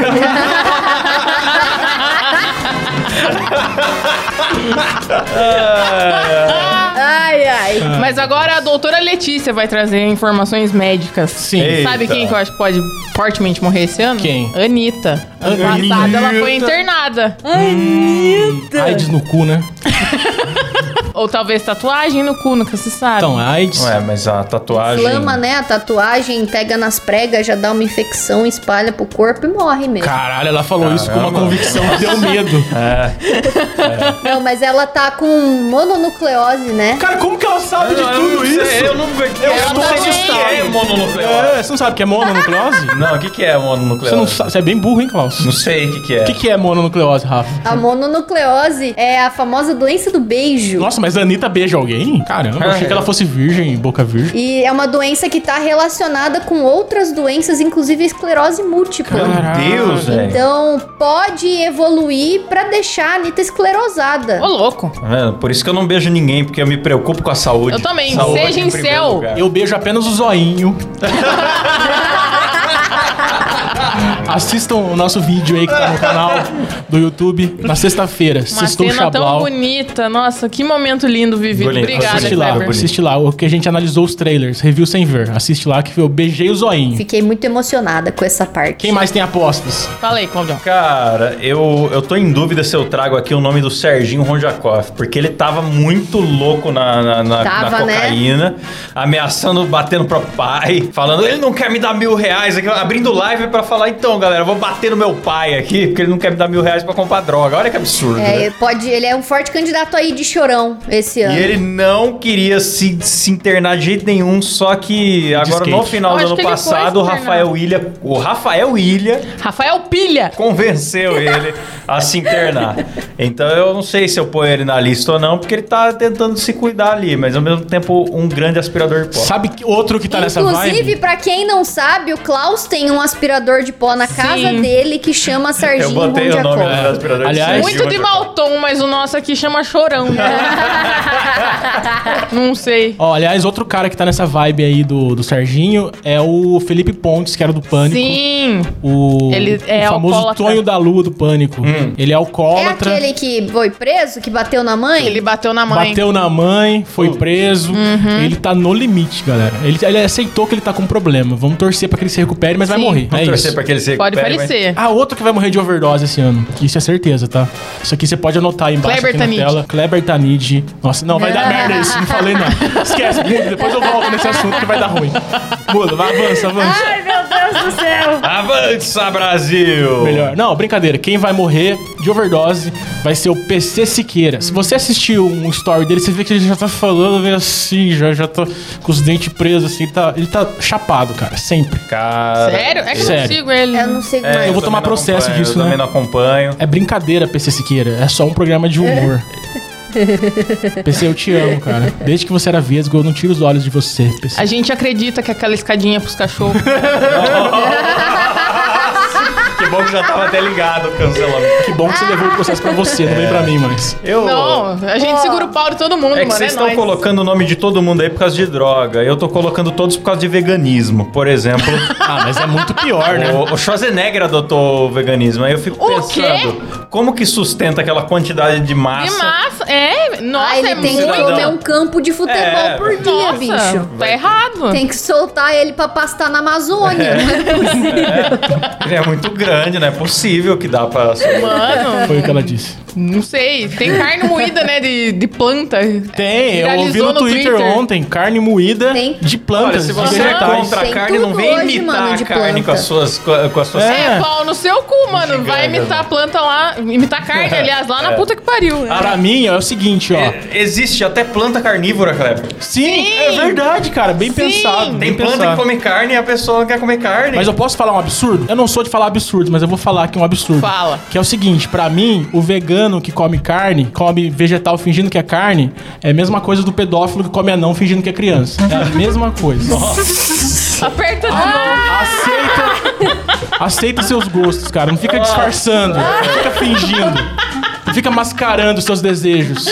Speaker 4: Ai, ai.
Speaker 2: Ah.
Speaker 3: Mas agora a doutora Letícia vai trazer informações médicas.
Speaker 2: Sim.
Speaker 1: Ei.
Speaker 3: Sabe
Speaker 1: Eita.
Speaker 3: quem que eu acho que pode fortemente morrer esse ano?
Speaker 2: Quem?
Speaker 3: Anitta. Ano
Speaker 2: Anitta.
Speaker 3: passado ela foi internada.
Speaker 2: AIDS no cu, né?
Speaker 3: Ou talvez tatuagem no cu, nunca se sabe.
Speaker 2: Então, AIDS.
Speaker 1: Ué, é, mas a tatuagem.
Speaker 4: Inflama, né? A tatuagem pega nas pregas, já dá uma infecção, espalha pro corpo e morre mesmo.
Speaker 2: Caralho, ela falou isso com uma
Speaker 1: Caramba. É.
Speaker 2: convicção que deu medo.
Speaker 4: Não, mas ela tá com mononucleose, né?
Speaker 2: Cara, como que ela sabe de
Speaker 1: Eu
Speaker 2: tudo
Speaker 1: não sei,
Speaker 2: isso?
Speaker 1: Eu não, eu
Speaker 2: Ela
Speaker 1: não
Speaker 2: tá
Speaker 1: sei o que
Speaker 2: assustada.
Speaker 1: é mononucleose.
Speaker 2: É, você não sabe o que é mononucleose?
Speaker 1: Não, o que, que é
Speaker 2: você,
Speaker 1: mononucleose?
Speaker 2: não sabe, você é bem burro, hein, Klaus?
Speaker 1: Não
Speaker 2: O
Speaker 1: sei o que, que é.
Speaker 2: que, que é mononucleose, Rafa?
Speaker 4: A mononucleose é a famosa doença do beijo.
Speaker 2: Nossa, mas a Anitta beija alguém? Caramba, eu achei que ela fosse virgem, boca virgem.
Speaker 4: E é uma doença que tá relacionada com outras doenças, inclusive esclerose múltipla.
Speaker 1: Meu Deus, velho.
Speaker 4: Então pode evoluir pra deixar a Anitta esclerosada.
Speaker 3: Ô, louco.
Speaker 1: Tá vendo? Por isso que eu não beijo ninguém, porque eu me preocupo com a saúde.
Speaker 3: Eu também,
Speaker 1: Saúde
Speaker 3: seja
Speaker 1: em
Speaker 3: em
Speaker 1: primeiro
Speaker 3: céu.
Speaker 1: lugar.
Speaker 2: Eu beijo apenas o zoinho. Assistam o nosso vídeo aí que tá no canal do YouTube na sexta-feira.
Speaker 3: Uma
Speaker 2: Sextou
Speaker 3: cena tão
Speaker 2: Chablau.
Speaker 3: bonita. Nossa, que momento lindo vivido.
Speaker 1: Bonito,
Speaker 3: Obrigada,
Speaker 2: Assiste lá,
Speaker 1: Kleber.
Speaker 3: Kleber.
Speaker 2: assiste lá. O que a gente analisou os trailers, review sem ver. Assiste lá que eu beijei o zoinho.
Speaker 4: Fiquei muito emocionada com essa parte.
Speaker 2: Quem mais tem apostas?
Speaker 3: Fala aí, Claudião.
Speaker 1: Cara, eu, eu tô em dúvida se eu trago aqui o nome do Serginho Ronjakov, porque ele tava muito louco na, na, na- na
Speaker 4: Tava, né?
Speaker 1: cocaína, ameaçando, batendo pro pai, falando, ele não quer me dar mil reais, aqui, abrindo live pra falar, então, galera, eu vou bater no meu pai aqui, porque ele não quer me dar mil reais pra comprar droga. Olha que absurdo. né?
Speaker 4: É, ele pode, ele é um forte candidato aí de chorão esse ano.
Speaker 1: E ele não queria se, se internar de jeito nenhum, só que agora no
Speaker 2: skate.
Speaker 1: final
Speaker 3: Eu
Speaker 1: do
Speaker 3: acho
Speaker 1: ano
Speaker 3: que ele foi
Speaker 1: passado, o
Speaker 3: se internar.
Speaker 1: Rafael Ilha, o Rafael Ilha
Speaker 3: Rafael Pilha.
Speaker 1: convenceu ele a se internar. Então eu não sei se eu ponho ele na lista ou não, porque ele tá tentando se cuidar ali, mas ao mesmo tempo um grande aspirador de pó.
Speaker 2: Sabe que- outro que tá nessa
Speaker 4: Inclusive,
Speaker 2: vibe?
Speaker 4: pra quem não sabe, o Klaus tem um aspirador de pó na casa dele que chama Sarginho
Speaker 1: Eu botei o nome né?
Speaker 4: Rondiacó.
Speaker 1: do aspirador
Speaker 2: Aliás,
Speaker 1: de pó.
Speaker 3: é Muito de mau tom, mas o nosso aqui chama chorão. né? Não sei.
Speaker 2: Ó, aliás, outro cara que tá nessa vibe aí do, do Serginho é o Felipe Pontes, que era do Pânico.
Speaker 3: Sim.
Speaker 2: O,
Speaker 3: Ele é
Speaker 2: o famoso
Speaker 3: alcoólatra.
Speaker 2: Tonho da Lua do Pânico.
Speaker 1: Hum.
Speaker 2: Ele é
Speaker 4: É
Speaker 2: alcoólatra.
Speaker 4: aquele que foi preso, que bateu na mãe?
Speaker 3: Ele bateu na mãe. Uhum.
Speaker 2: Bateu na mãe, foi preso. Ele tá no limite, galera. Ele, ele aceitou que ele tá com problema. Vamos torcer pra que ele se recupere, mas vai
Speaker 3: Sim.
Speaker 2: morrer.
Speaker 1: Vamos
Speaker 2: é
Speaker 1: torcer
Speaker 2: isso.
Speaker 1: pra que ele se
Speaker 3: Pode
Speaker 1: recupere,
Speaker 3: falecer.
Speaker 2: Ah, outro que vai morrer de overdose esse ano. Isso é certeza, tá? Isso aqui você pode anotar aí embaixo
Speaker 3: Kleber
Speaker 2: aqui na
Speaker 3: Tanid. Ah.
Speaker 2: tela. Kleber Tanid. Nossa, não, vai dar merda isso. Não falei não. Esquece, muda. Depois eu volto nesse assunto que vai dar ruim. Muda, vai, avança, avança.
Speaker 4: Ai, meu Deus do céu!
Speaker 1: Avança, Brasil!
Speaker 2: Melhor. Não, brincadeira. Quem vai morrer de overdose vai ser o PC Siqueira. Se você assistiu um story dele, você vê que ele já tá falando meio assim, já, já tá com os dentes presos, assim. Tá, ele tá chapado, cara, sempre.
Speaker 1: Cara.
Speaker 3: Sério? É que eu não
Speaker 2: Ah, Sério.
Speaker 3: sigo ele.
Speaker 4: Eu não sei
Speaker 1: É,
Speaker 4: mais.
Speaker 2: eu vou
Speaker 1: também
Speaker 2: tomar
Speaker 1: não
Speaker 2: processo
Speaker 1: acompanho,
Speaker 2: disso,
Speaker 1: eu
Speaker 2: né?
Speaker 1: também não acompanho.
Speaker 2: É brincadeira, PC Siqueira. É só um programa de humor.
Speaker 3: É.
Speaker 2: PC, eu te amo, cara. Desde que você era vesgo, eu não tiro os olhos de você, PC.
Speaker 3: A gente acredita que aquela escadinha é pros cachorros.
Speaker 1: Que bom que já tava até ligado o cancelamento.
Speaker 2: Ah, Que bom que você levou o processo pra você, não vem pra mim mais.
Speaker 1: Eu...
Speaker 3: não, a gente segura o pau de todo mundo,
Speaker 1: É que
Speaker 3: mano.
Speaker 1: vocês
Speaker 3: é
Speaker 1: estão
Speaker 3: nóis.
Speaker 1: colocando o nome de todo mundo aí por causa de droga. Eu tô colocando todos por causa de veganismo. Por exemplo,
Speaker 2: Ah, mas é muito pior, né?
Speaker 1: o, o Schwarzenegger adotou o veganismo. Aí eu fico
Speaker 3: O quê?
Speaker 1: pensando, como que sustenta aquela quantidade de
Speaker 3: Que
Speaker 1: massa?
Speaker 3: massa. É, nossa,
Speaker 4: Ah, ele
Speaker 3: é
Speaker 4: tem que
Speaker 3: muito.
Speaker 1: cidadão.
Speaker 4: comer um campo de futebol
Speaker 1: É,
Speaker 4: por dia,
Speaker 3: Nossa,
Speaker 4: bicho.
Speaker 3: tá errado.
Speaker 4: Tem que soltar ele pra pastar na Amazônia.
Speaker 1: É.
Speaker 4: é
Speaker 1: Ele é muito grande, não é possível que dá pra...
Speaker 3: Mano,
Speaker 2: Foi o que ela disse.
Speaker 3: não sei. Tem carne moída, né, de, de planta.
Speaker 2: Tem, eu
Speaker 3: Viralizou
Speaker 2: ouvi no,
Speaker 3: no
Speaker 2: Twitter,
Speaker 3: Twitter.
Speaker 2: ontem, carne moída
Speaker 4: Tem.
Speaker 2: de
Speaker 1: Olha,
Speaker 2: plantas,
Speaker 1: se
Speaker 2: de
Speaker 1: você é
Speaker 2: vegetais.
Speaker 1: contra a
Speaker 4: Tem
Speaker 1: carne, não
Speaker 4: tudo
Speaker 1: vem
Speaker 4: hoje,
Speaker 1: imitar
Speaker 4: mano,
Speaker 1: a
Speaker 4: de
Speaker 1: carne
Speaker 4: planta.
Speaker 1: com as suas... Com a- com as suas
Speaker 3: É, pau no seu cu, mano.
Speaker 1: Gigante,
Speaker 3: Vai imitar a planta lá. Imitar carne, aliás, lá
Speaker 2: É.
Speaker 3: na puta que pariu. né?
Speaker 2: Pra mim é o seguinte, ó.
Speaker 1: É, Existe até planta carnívora, Kleber.
Speaker 2: Sim, é verdade, cara. Bem pensado.
Speaker 1: Tem
Speaker 2: bem
Speaker 1: planta
Speaker 2: pensado.
Speaker 1: que come carne e a pessoa não quer comer carne.
Speaker 2: Mas eu posso falar um absurdo? Eu não sou de falar absurdo, mas eu vou falar aqui um absurdo.
Speaker 3: Fala.
Speaker 2: Que é o seguinte, pra mim, o vegano que come carne, come vegetal fingindo que é carne, é a mesma coisa do pedófilo que come anão fingindo que é criança. É a mesma coisa.
Speaker 3: Aperta
Speaker 4: Ah,
Speaker 2: Aceita, aceita seus gostos, cara. Não fica disfarçando, não fica fingindo, não fica mascarando seus desejos.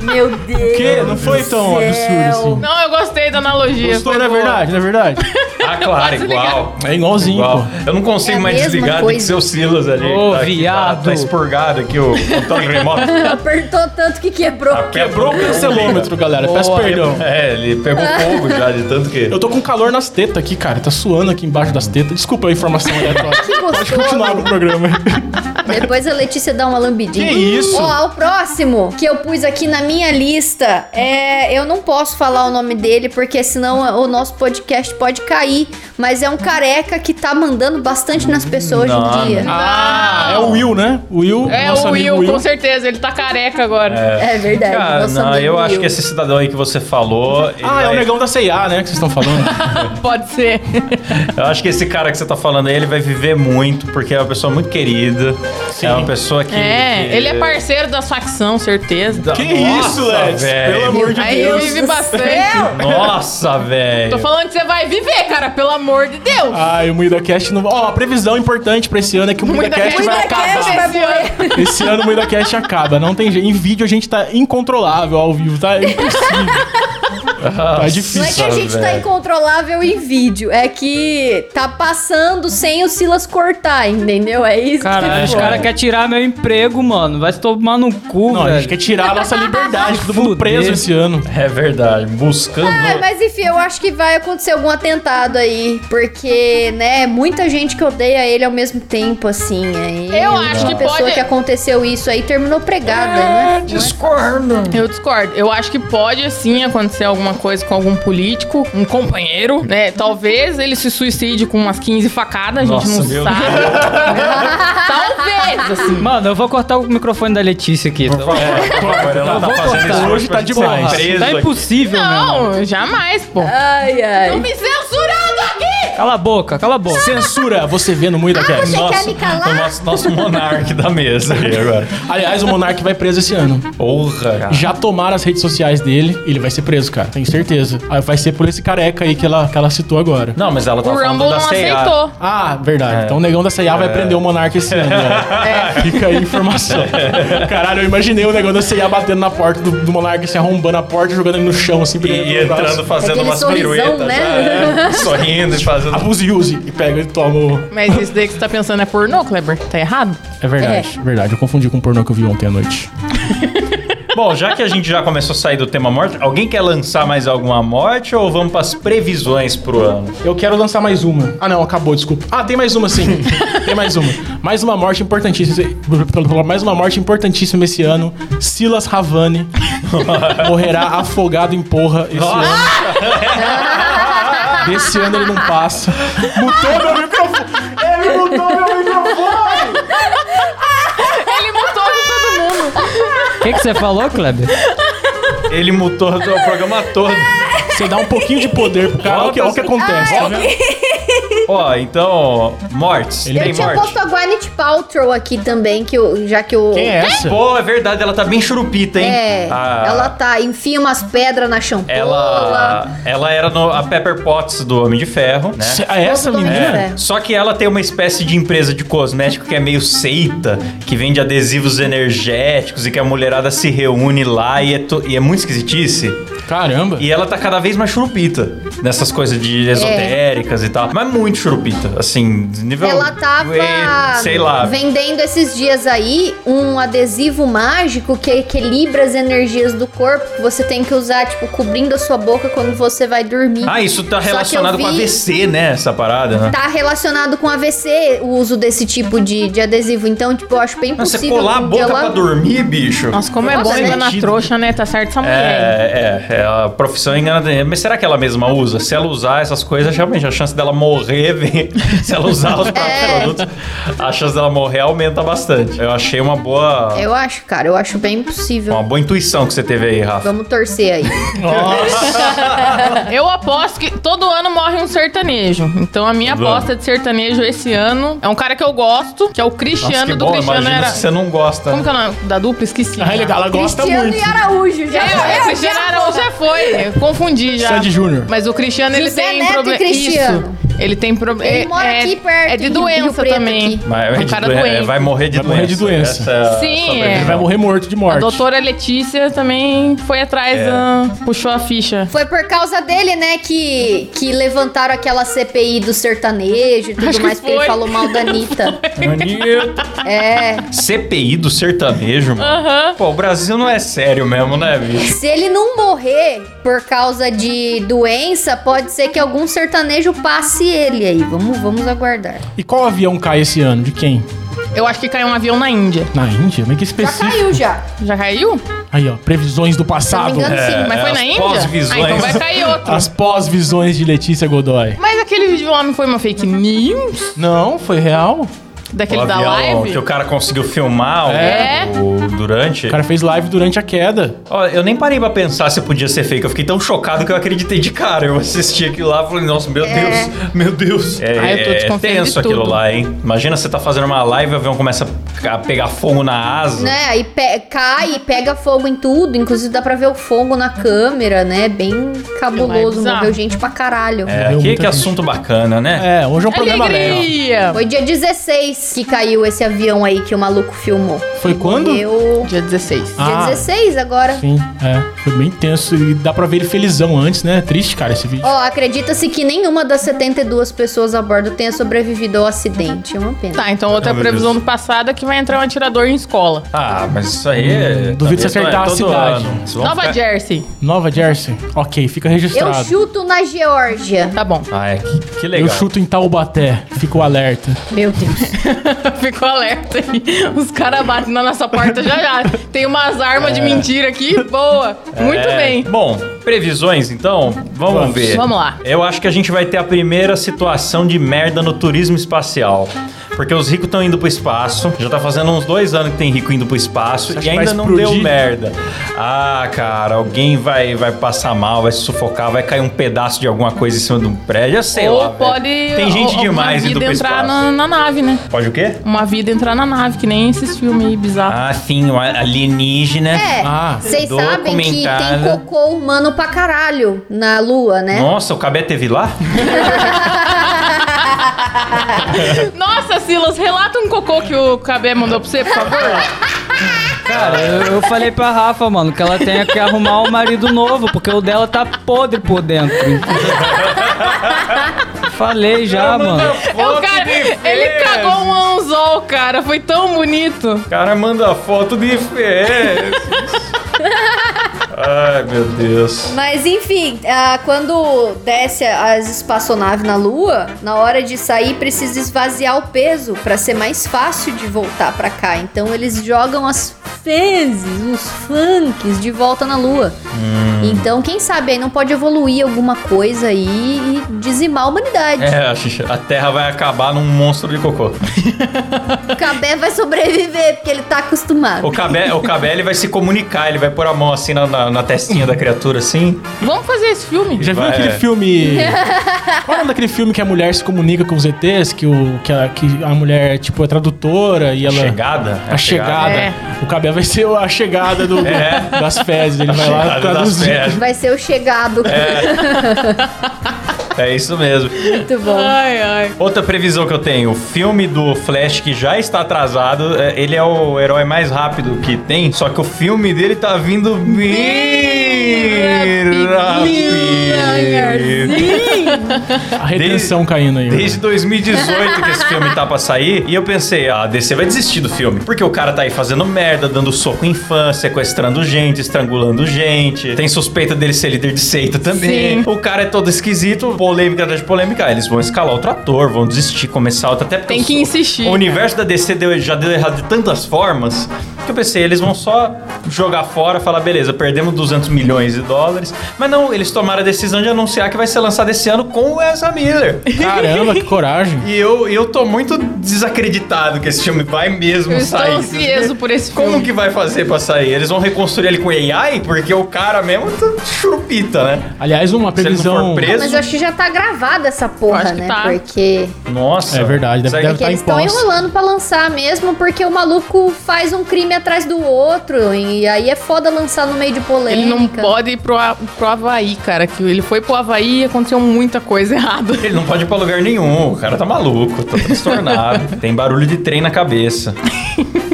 Speaker 4: Meu Deus.
Speaker 2: Que não foi tão absurdo assim.
Speaker 3: Não, eu gostei da analogia.
Speaker 2: Gostou,
Speaker 3: foi
Speaker 2: não é
Speaker 3: boa.
Speaker 2: verdade? Não é verdade?
Speaker 1: Ah, claro, igual.
Speaker 2: É igualzinho,
Speaker 1: Igual.
Speaker 2: pô.
Speaker 1: Eu não consigo
Speaker 4: É a
Speaker 1: mais
Speaker 4: mesma
Speaker 1: desligar tem que
Speaker 4: coisa.
Speaker 1: ser o Silas ali. que
Speaker 5: Ô,
Speaker 1: tá aqui, tá,
Speaker 5: viado.
Speaker 1: tá expurgado aqui o controle remoto. tá
Speaker 4: Apertou tanto que quebrou.
Speaker 2: Quebrou o cancelômetro, galera. Peço
Speaker 5: Boa.
Speaker 2: perdão.
Speaker 1: É, ele pegou fogo já de tanto que.
Speaker 2: Eu tô com calor nas tetas aqui, cara. Tá suando aqui embaixo das tetas. Desculpa a informação aleatória.
Speaker 4: Que
Speaker 2: Pode continuar com o
Speaker 4: gostoso.
Speaker 2: programa.
Speaker 4: Depois a Letícia dá uma lambidinha.
Speaker 2: Que isso?
Speaker 4: Ó, o próximo que eu pus aqui na minha lista é. Eu não posso falar o nome dele, porque senão o nosso podcast pode cair. Mas é um careca que tá mandando bastante nas pessoas hoje
Speaker 1: Não,
Speaker 4: em dia.
Speaker 2: Ah, é o Will, né? O Will,
Speaker 3: É
Speaker 2: nosso
Speaker 3: o
Speaker 2: amigo
Speaker 3: Will, com certeza. Ele tá careca agora.
Speaker 4: É verdade.
Speaker 1: Cara,
Speaker 4: nosso
Speaker 1: não,
Speaker 4: amigo
Speaker 1: eu acho
Speaker 4: Will.
Speaker 1: que esse cidadão aí que você falou. ele
Speaker 2: Ah, é o
Speaker 1: vai-
Speaker 2: negão da CIA, né? Que vocês estão falando. É.
Speaker 3: Pode ser.
Speaker 1: Eu acho que esse cara que você tá falando aí, ele vai viver muito, porque é uma pessoa muito querida. É uma pessoa que.
Speaker 3: É,
Speaker 1: que-
Speaker 3: ele é parceiro da facção, certeza.
Speaker 1: Da-
Speaker 2: Que
Speaker 1: Nossa,
Speaker 2: isso, Lex? Pelo
Speaker 1: velho.
Speaker 2: amor de
Speaker 3: Aí
Speaker 2: Deus.
Speaker 3: vive
Speaker 4: do
Speaker 3: bastante.
Speaker 4: céu.
Speaker 1: Nossa, velho.
Speaker 3: Tô falando que você vai viver, cara, pelo amor de Deus.
Speaker 4: Ah.
Speaker 2: Ai, o MuidaCast não. Ó, a previsão importante pra esse ano é que o MuidaCast vai acabar.
Speaker 4: MuidaCast.
Speaker 3: esse ano.
Speaker 2: Esse ano o MuidaCast acaba. Não tem jeito. Em vídeo a gente tá incontrolável ao vivo, tá impossível. tá
Speaker 4: Não é que
Speaker 2: difícil.
Speaker 4: a gente tá
Speaker 1: velho.
Speaker 4: incontrolável em vídeo, é que tá passando sem o Silas cortar, entendeu? É isso
Speaker 5: Caralho, os
Speaker 4: que
Speaker 5: caras querem tirar meu emprego, mano. Vai se tomar no cu,
Speaker 2: Não, a gente
Speaker 5: velho.
Speaker 2: quer tirar a nossa liberdade. Todo mundo
Speaker 5: Fuder.
Speaker 2: preso esse ano.
Speaker 1: É verdade. Buscando.
Speaker 4: É, mas enfim, eu acho que vai acontecer algum atentado aí, porque, né, muita gente que odeia ele ao mesmo tempo, assim, aí...
Speaker 3: Eu
Speaker 4: a
Speaker 3: acho
Speaker 4: última
Speaker 3: que
Speaker 4: pessoa
Speaker 3: pode-
Speaker 4: que aconteceu isso aí terminou pregada, né?
Speaker 1: Discordo.
Speaker 3: Eu discordo. Eu acho que pode sim acontecer alguma coisa com algum político, um companheiro, né? Talvez ele se suicide com umas 15 facadas, a gente
Speaker 1: Nossa, meu
Speaker 3: não sabe. Talvez, assim.
Speaker 5: Mano, eu vou cortar o microfone da Letícia aqui. tá
Speaker 1: Por favor, por favor, ela tá fazendo
Speaker 2: cortar.
Speaker 1: isso
Speaker 2: Hoje tá
Speaker 1: pra
Speaker 2: de
Speaker 1: gente
Speaker 2: boa.
Speaker 1: sair preso
Speaker 5: Tá
Speaker 1: aqui.
Speaker 5: impossível, meu irmão.
Speaker 3: Não, jamais, pô.
Speaker 2: É.
Speaker 4: Ai,
Speaker 3: Tô
Speaker 4: ai.
Speaker 3: me censurando aqui!
Speaker 5: Cala a boca, cala a boca.
Speaker 2: Censura, você vê no
Speaker 3: Ah,
Speaker 2: MuidaCast.
Speaker 4: Você quer
Speaker 1: Nossa,
Speaker 4: me calar?
Speaker 1: nosso, nosso monarca da mesa aí agora.
Speaker 2: Aliás, o Monark vai preso esse ano.
Speaker 1: Porra, cara.
Speaker 2: Já tomaram as redes sociais dele, ele vai ser preso, cara. Tenho certeza. Aí Vai ser por esse careca aí que ela, que ela citou agora.
Speaker 1: Não, mas ela tá
Speaker 3: O
Speaker 1: falando
Speaker 3: Rumble
Speaker 1: da
Speaker 3: não
Speaker 1: CIA.
Speaker 3: aceitou.
Speaker 2: Ah,
Speaker 1: É.
Speaker 2: verdade. Então o negão da CIA vai prender o Monark esse ano. né? Fica aí a informação. Caralho, eu imaginei o negão da CIA batendo na porta do, do Monark, se arrombando a porta, jogando ele no chão, assim,
Speaker 1: E,
Speaker 2: pegando
Speaker 1: e
Speaker 2: ele no braço.
Speaker 1: entrando, fazendo
Speaker 4: Aquele
Speaker 1: umas
Speaker 4: sorrisão,
Speaker 1: piruetas.
Speaker 4: né?
Speaker 1: já, é. sorrindo e fazendo...
Speaker 2: Abuse e use. E pega, ele toma o...
Speaker 3: Mas isso daí que você tá pensando é pornô, Kleber? Tá errado?
Speaker 2: É verdade, verdade. Eu confundi com o pornô que eu vi ontem à noite.
Speaker 1: Bom, já que a gente já começou a sair do tema morte, alguém quer lançar mais alguma morte ou vamos pras previsões pro ano?
Speaker 2: Eu quero lançar mais uma. Ah, não, acabou, desculpa. Ah, tem mais uma sim. tem mais uma. Mais uma morte importantíssima. Mais uma morte importantíssima esse ano. Silas Ravani morrerá afogado em porra esse ano. Desse ano ele não passa. Mudou meu microfone! Ele mudou meu microfone!
Speaker 3: Ele mutou de todo mundo.
Speaker 5: O que, que você falou, Kleber?
Speaker 1: Ele mutou o programa todo.
Speaker 2: Você dá um pouquinho de poder pro cara, olha o que, olha o que acontece, tá vendo?
Speaker 1: Ó, então, mortes.
Speaker 2: Ele
Speaker 1: tem
Speaker 4: Eu tinha
Speaker 1: morte.
Speaker 4: posto a Gwyneth Paltrow aqui também, que o- já que o...
Speaker 2: Quem é essa?
Speaker 1: Pô, é verdade, ela tá bem churupita, hein?
Speaker 4: É,
Speaker 1: Ah,
Speaker 4: ela tá, enfia umas pedras na champola.
Speaker 1: Ela, ela era no- a Pepper Potts do Homem de Ferro, né?
Speaker 2: Cê- É essa
Speaker 4: Todo mundo
Speaker 2: menina?
Speaker 4: é.
Speaker 1: Só que ela tem uma espécie de empresa de cosmético que é meio seita, que vende adesivos energéticos e que a mulherada se reúne lá e é, to- e é muito esquisitice.
Speaker 2: Caramba.
Speaker 1: E ela tá cada vez mais churupita nessas coisas de
Speaker 4: É.
Speaker 1: esotéricas e tal. Mas muito churupita, assim, de nível.
Speaker 4: Ela tava
Speaker 1: Eh, Sei lá.
Speaker 4: vendendo esses dias aí um adesivo mágico que equilibra as energias do corpo que você tem que usar, tipo, cobrindo a sua boca quando você vai dormir.
Speaker 1: Ah, isso tá
Speaker 4: Só que
Speaker 1: relacionado
Speaker 4: eu
Speaker 1: com
Speaker 4: vi-
Speaker 1: AVC, né? Essa parada, né?
Speaker 4: Tá relacionado com AVC o uso desse tipo de, de adesivo. Então, tipo, eu acho bem
Speaker 1: Nossa,
Speaker 4: possível.
Speaker 1: Ah, você colar a
Speaker 4: que
Speaker 1: boca
Speaker 4: um ela-
Speaker 1: pra dormir, bicho.
Speaker 3: Nossa, como é
Speaker 4: Nossa,
Speaker 3: bom enganar
Speaker 1: gente.
Speaker 3: trouxa, né? Tá certo essa mulher.
Speaker 1: É, é, é, a profissão engana. Mas será que ela mesma usa? Se ela usar essas coisas, realmente a chance dela morrer, vem- se ela usar os próprios
Speaker 4: É.
Speaker 1: produtos, a chance dela morrer aumenta bastante. Eu achei uma boa,
Speaker 4: Eu acho, cara, eu acho bem possível.
Speaker 1: uma boa intuição que você teve aí, Rafa.
Speaker 4: Vamos torcer aí.
Speaker 3: Eu aposto que todo ano morre um sertanejo. Então a minha
Speaker 1: Todo
Speaker 3: aposta de sertanejo esse ano é um cara que eu gosto, que é o Cristiano
Speaker 1: Nossa, que
Speaker 3: do
Speaker 1: bom,
Speaker 3: Cristiano
Speaker 1: imagina
Speaker 3: era.
Speaker 1: se você não gosta. né?
Speaker 3: Como que é o nome da dupla? Esqueci.
Speaker 2: Ah, legal, ela gosta
Speaker 4: Cristiano
Speaker 2: muito.
Speaker 4: e Araújo, já.
Speaker 3: É, é, Cristiano Araújo já foi. Eu confundi já.
Speaker 1: é
Speaker 2: Sandy Júnior.
Speaker 3: Mas o Cristiano, ele
Speaker 4: José
Speaker 3: tem
Speaker 4: Neto e
Speaker 3: problema.
Speaker 4: Cristiano.
Speaker 3: Isso. Ele tem problema.
Speaker 4: Ele mora aqui perto,
Speaker 3: É de
Speaker 4: em Rio
Speaker 3: doença
Speaker 4: Preto
Speaker 3: também.
Speaker 4: aqui.
Speaker 1: Mas
Speaker 3: É um
Speaker 1: de
Speaker 3: cara
Speaker 1: doen- é,
Speaker 3: doente.
Speaker 1: vai morrer de
Speaker 2: Vai
Speaker 1: doença.
Speaker 2: morrer de doença.
Speaker 1: Essa é a
Speaker 3: Sim,
Speaker 1: sobrevivência.
Speaker 2: Ele vai morrer morto de
Speaker 3: A
Speaker 2: morte.
Speaker 3: doutora Letícia também foi atrás,
Speaker 1: É.
Speaker 3: da- puxou a ficha.
Speaker 4: Foi por causa dele, né, que, que levantaram aquela CPI do sertanejo e tudo
Speaker 3: Acho que
Speaker 4: mais, porque ele
Speaker 3: foi.
Speaker 4: falou mal da Anitta. É.
Speaker 1: CPI do sertanejo, mano.
Speaker 3: Aham.
Speaker 1: Pô, o Brasil não é sério mesmo, né, bicho?
Speaker 4: Se ele não morrer por causa de doença, pode ser que algum sertanejo passe ele aí. Vamos, vamos aguardar.
Speaker 2: E qual avião cai esse ano? De quem?
Speaker 3: Eu acho que caiu um avião na Índia.
Speaker 2: Na Índia? Mas que
Speaker 4: Já
Speaker 2: específico.
Speaker 4: caiu já.
Speaker 3: Já caiu?
Speaker 2: Aí, ó, previsões do
Speaker 4: Se
Speaker 2: passado.
Speaker 4: não me engano, sim.
Speaker 3: Mas
Speaker 1: É,
Speaker 3: foi
Speaker 1: as
Speaker 3: na Índia? Ah,
Speaker 1: pós-visões.
Speaker 3: então vai cair outro.
Speaker 2: As pós-visões de Letícia Godoy.
Speaker 3: Mas aquele vídeo lá não foi uma fake news?
Speaker 2: Não, foi real.
Speaker 3: Daquele
Speaker 1: O
Speaker 3: da
Speaker 1: avião
Speaker 3: live?
Speaker 1: Que o cara conseguiu filmar o-
Speaker 3: É.
Speaker 1: o, durante.
Speaker 2: O cara fez live durante a queda.
Speaker 1: Ó, eu nem parei pra pensar se podia ser fake. Eu fiquei tão chocado que eu acreditei de cara. Eu assisti aquilo lá e falei, nossa, meu Deus, meu Deus. É,
Speaker 3: Ah, eu tô
Speaker 1: é
Speaker 3: desconfiando de
Speaker 1: tenso
Speaker 3: tudo.
Speaker 1: aquilo lá, hein? Imagina você tá fazendo uma live e o avião começa a pegar fogo na asa.
Speaker 4: Né? Aí pe- cai e pega fogo em tudo. Inclusive dá pra ver o fogo na câmera, né? Bem cabuloso.
Speaker 3: é bizarro.
Speaker 4: Morreu gente pra caralho.
Speaker 1: É,
Speaker 2: Morreu
Speaker 1: que,
Speaker 2: muita
Speaker 1: que
Speaker 2: gente.
Speaker 1: assunto bacana, né?
Speaker 2: É, hoje é um programa leve.
Speaker 3: Alegria!
Speaker 4: Foi dia 16 que caiu esse avião aí que o maluco filmou.
Speaker 2: Foi quando?
Speaker 4: Eu...
Speaker 3: Dia 16.
Speaker 2: Ah.
Speaker 4: Dia 16 agora.
Speaker 2: Sim, é. Foi bem tenso e dá pra ver ele felizão antes, né? Triste, cara, esse vídeo.
Speaker 4: Ó, acredita-se que nenhuma das 72 pessoas a bordo tenha sobrevivido ao acidente. É uma pena.
Speaker 3: Tá, então outra
Speaker 1: Ah, meu
Speaker 3: previsão
Speaker 1: Deus.
Speaker 3: do passado é que vai entrar um atirador em escola.
Speaker 1: Ah, mas isso aí. é-
Speaker 2: Hum, duvido
Speaker 1: também
Speaker 2: você acertar
Speaker 1: é
Speaker 2: a
Speaker 1: todo
Speaker 2: cidade.
Speaker 1: ano. Vocês vão
Speaker 3: Nova
Speaker 1: ficar-
Speaker 3: Jersey.
Speaker 2: Nova Jersey. Ok, fica
Speaker 4: Eu
Speaker 2: registrado.
Speaker 4: chuto na Geórgia.
Speaker 3: Tá bom.
Speaker 1: Ah, é, que, que
Speaker 2: Eu
Speaker 1: legal.
Speaker 2: chuto em Taubaté. Fico alerta.
Speaker 4: Meu Deus.
Speaker 3: Ficou alerta aí. Os caras batem na nossa porta já já. Tem umas armas de mentira aqui. Boa. Muito
Speaker 1: É,
Speaker 3: bem.
Speaker 1: Bom, previsões então? Vamos,
Speaker 2: Vamos.
Speaker 1: ver.
Speaker 3: Vamos lá.
Speaker 1: Eu acho que a gente vai ter a primeira situação de merda no turismo espacial. Porque os ricos estão indo pro espaço. Já tá fazendo uns dois anos que tem rico indo pro espaço
Speaker 2: acha
Speaker 1: e
Speaker 2: que vai
Speaker 1: ainda não
Speaker 2: explodir?
Speaker 1: deu merda. Ah, cara, alguém vai, vai passar mal, vai se sufocar, vai cair um pedaço de alguma coisa em cima de um prédio. Eu sei
Speaker 3: Ou
Speaker 1: lá. velho.
Speaker 3: pode.
Speaker 1: Tem gente
Speaker 3: ou-
Speaker 1: demais
Speaker 3: uma
Speaker 1: indo
Speaker 3: vida
Speaker 1: pro
Speaker 3: entrar
Speaker 1: espaço.
Speaker 3: na, na nave, né?
Speaker 1: Pode o quê?
Speaker 3: Uma vida entrar na nave, que nem esses filmes aí bizarros.
Speaker 1: Ah, sim, o alienígena.
Speaker 4: É,
Speaker 2: Ah.
Speaker 4: vocês sabem que tem
Speaker 1: Documentada.
Speaker 4: cocô humano pra caralho na lua, né?
Speaker 1: Nossa, o Cabé teve lá? Ah.
Speaker 3: Nossa, Silas, relata um cocô que o Cabé mandou pra você, por favor.
Speaker 5: Cara, eu, eu falei pra Rafa, mano, que ela tem que arrumar um marido novo, porque o dela tá podre por dentro. falei
Speaker 2: Ah,
Speaker 5: já, mano.
Speaker 3: O cara, ele cagou um anzol, cara. Foi tão bonito.
Speaker 1: O cara manda foto de fezes. Ai, meu Deus.
Speaker 4: Mas enfim, ah, quando desce as espaçonaves na lua, na hora de sair precisa esvaziar o peso pra ser mais fácil de voltar pra cá. Então eles jogam as fezes, os funks de volta na lua. Então, quem sabe aí não pode evoluir alguma coisa aí e dizimar a humanidade.
Speaker 1: É, a, xixi- a Terra vai acabar num monstro de cocô.
Speaker 4: O Cabé vai sobreviver, porque ele tá acostumado.
Speaker 1: O Cabé, o Cabé ele vai se comunicar, ele vai pôr a mão assim na, na, na testinha da criatura, assim.
Speaker 3: Vamos fazer esse filme?
Speaker 2: Já viu
Speaker 1: Vai,
Speaker 2: aquele
Speaker 1: é.
Speaker 2: filme. Qual é o nome daquele filme que a mulher se comunica com os ETs? Que, o, que, a, que a mulher, tipo, é tradutora e ela.
Speaker 1: Chegada? É
Speaker 2: né? A chegada.
Speaker 3: É.
Speaker 2: O Cabé vai ser a chegada do,
Speaker 1: É.
Speaker 2: das fezes. Ele
Speaker 1: A
Speaker 2: vai lá
Speaker 1: chegada das
Speaker 2: traduzir.
Speaker 1: fezes.
Speaker 4: Vai ser o chegado.
Speaker 1: É isso mesmo.
Speaker 4: Muito bom.
Speaker 3: Ai, ai.
Speaker 1: Outra previsão que eu tenho, o filme do Flash que já está atrasado, é, ele é o herói mais rápido que tem, só que o filme dele tá vindo bem rápido.
Speaker 2: A retenção caindo aí.
Speaker 1: Desde 2018 que esse filme tá pra sair, e eu pensei, ah, a DC vai desistir do filme, porque o cara tá aí fazendo merda, dando soco em fã, sequestrando gente, estrangulando gente, tem suspeita dele ser líder de seita também.
Speaker 3: Sim.
Speaker 1: O cara é todo esquisito, polêmica atrás de polêmica, ah, eles vão escalar outro ator, vão desistir, começar outra, até porque
Speaker 3: Tem
Speaker 1: o
Speaker 3: que
Speaker 1: so-
Speaker 3: insistir, né?
Speaker 1: O
Speaker 3: cara.
Speaker 1: universo da DC deu- já deu errado de tantas formas, que eu pensei, eles vão só jogar fora, falar, beleza, perdemos 200 milhões de dólares, mas não, eles tomaram a decisão de anunciar que vai ser lançado esse ano com o Ezra Miller.
Speaker 2: Caramba, que coragem.
Speaker 1: E eu, eu tô muito desacreditado que esse filme vai mesmo
Speaker 3: Eu estou
Speaker 1: sair.
Speaker 3: ansioso por esse filme.
Speaker 1: Como que vai fazer pra sair? Eles vão reconstruir ele com AI? Porque o cara mesmo tá churupita, né?
Speaker 2: Aliás, uma
Speaker 1: Se ele não
Speaker 2: previsão.
Speaker 1: for preso...
Speaker 4: Mas eu acho que já tá gravada essa porra,
Speaker 3: Acho que
Speaker 4: né?
Speaker 3: tá.
Speaker 4: Porque.
Speaker 1: Nossa.
Speaker 2: É verdade, deve-
Speaker 1: Será que-
Speaker 2: deve-
Speaker 4: Porque
Speaker 2: tá
Speaker 4: eles
Speaker 2: em
Speaker 4: estão
Speaker 2: posse.
Speaker 4: enrolando pra lançar mesmo, porque o maluco faz um crime atrás do outro. E aí é foda lançar no meio de polêmica.
Speaker 3: Ele não pode ir pro, A- pro Havaí, cara. Que ele foi pro Havaí e aconteceu muita coisa errada.
Speaker 1: Ele não pode ir pra lugar nenhum. O cara tá maluco, tá transtornado. Tem barulho de trem na cabeça.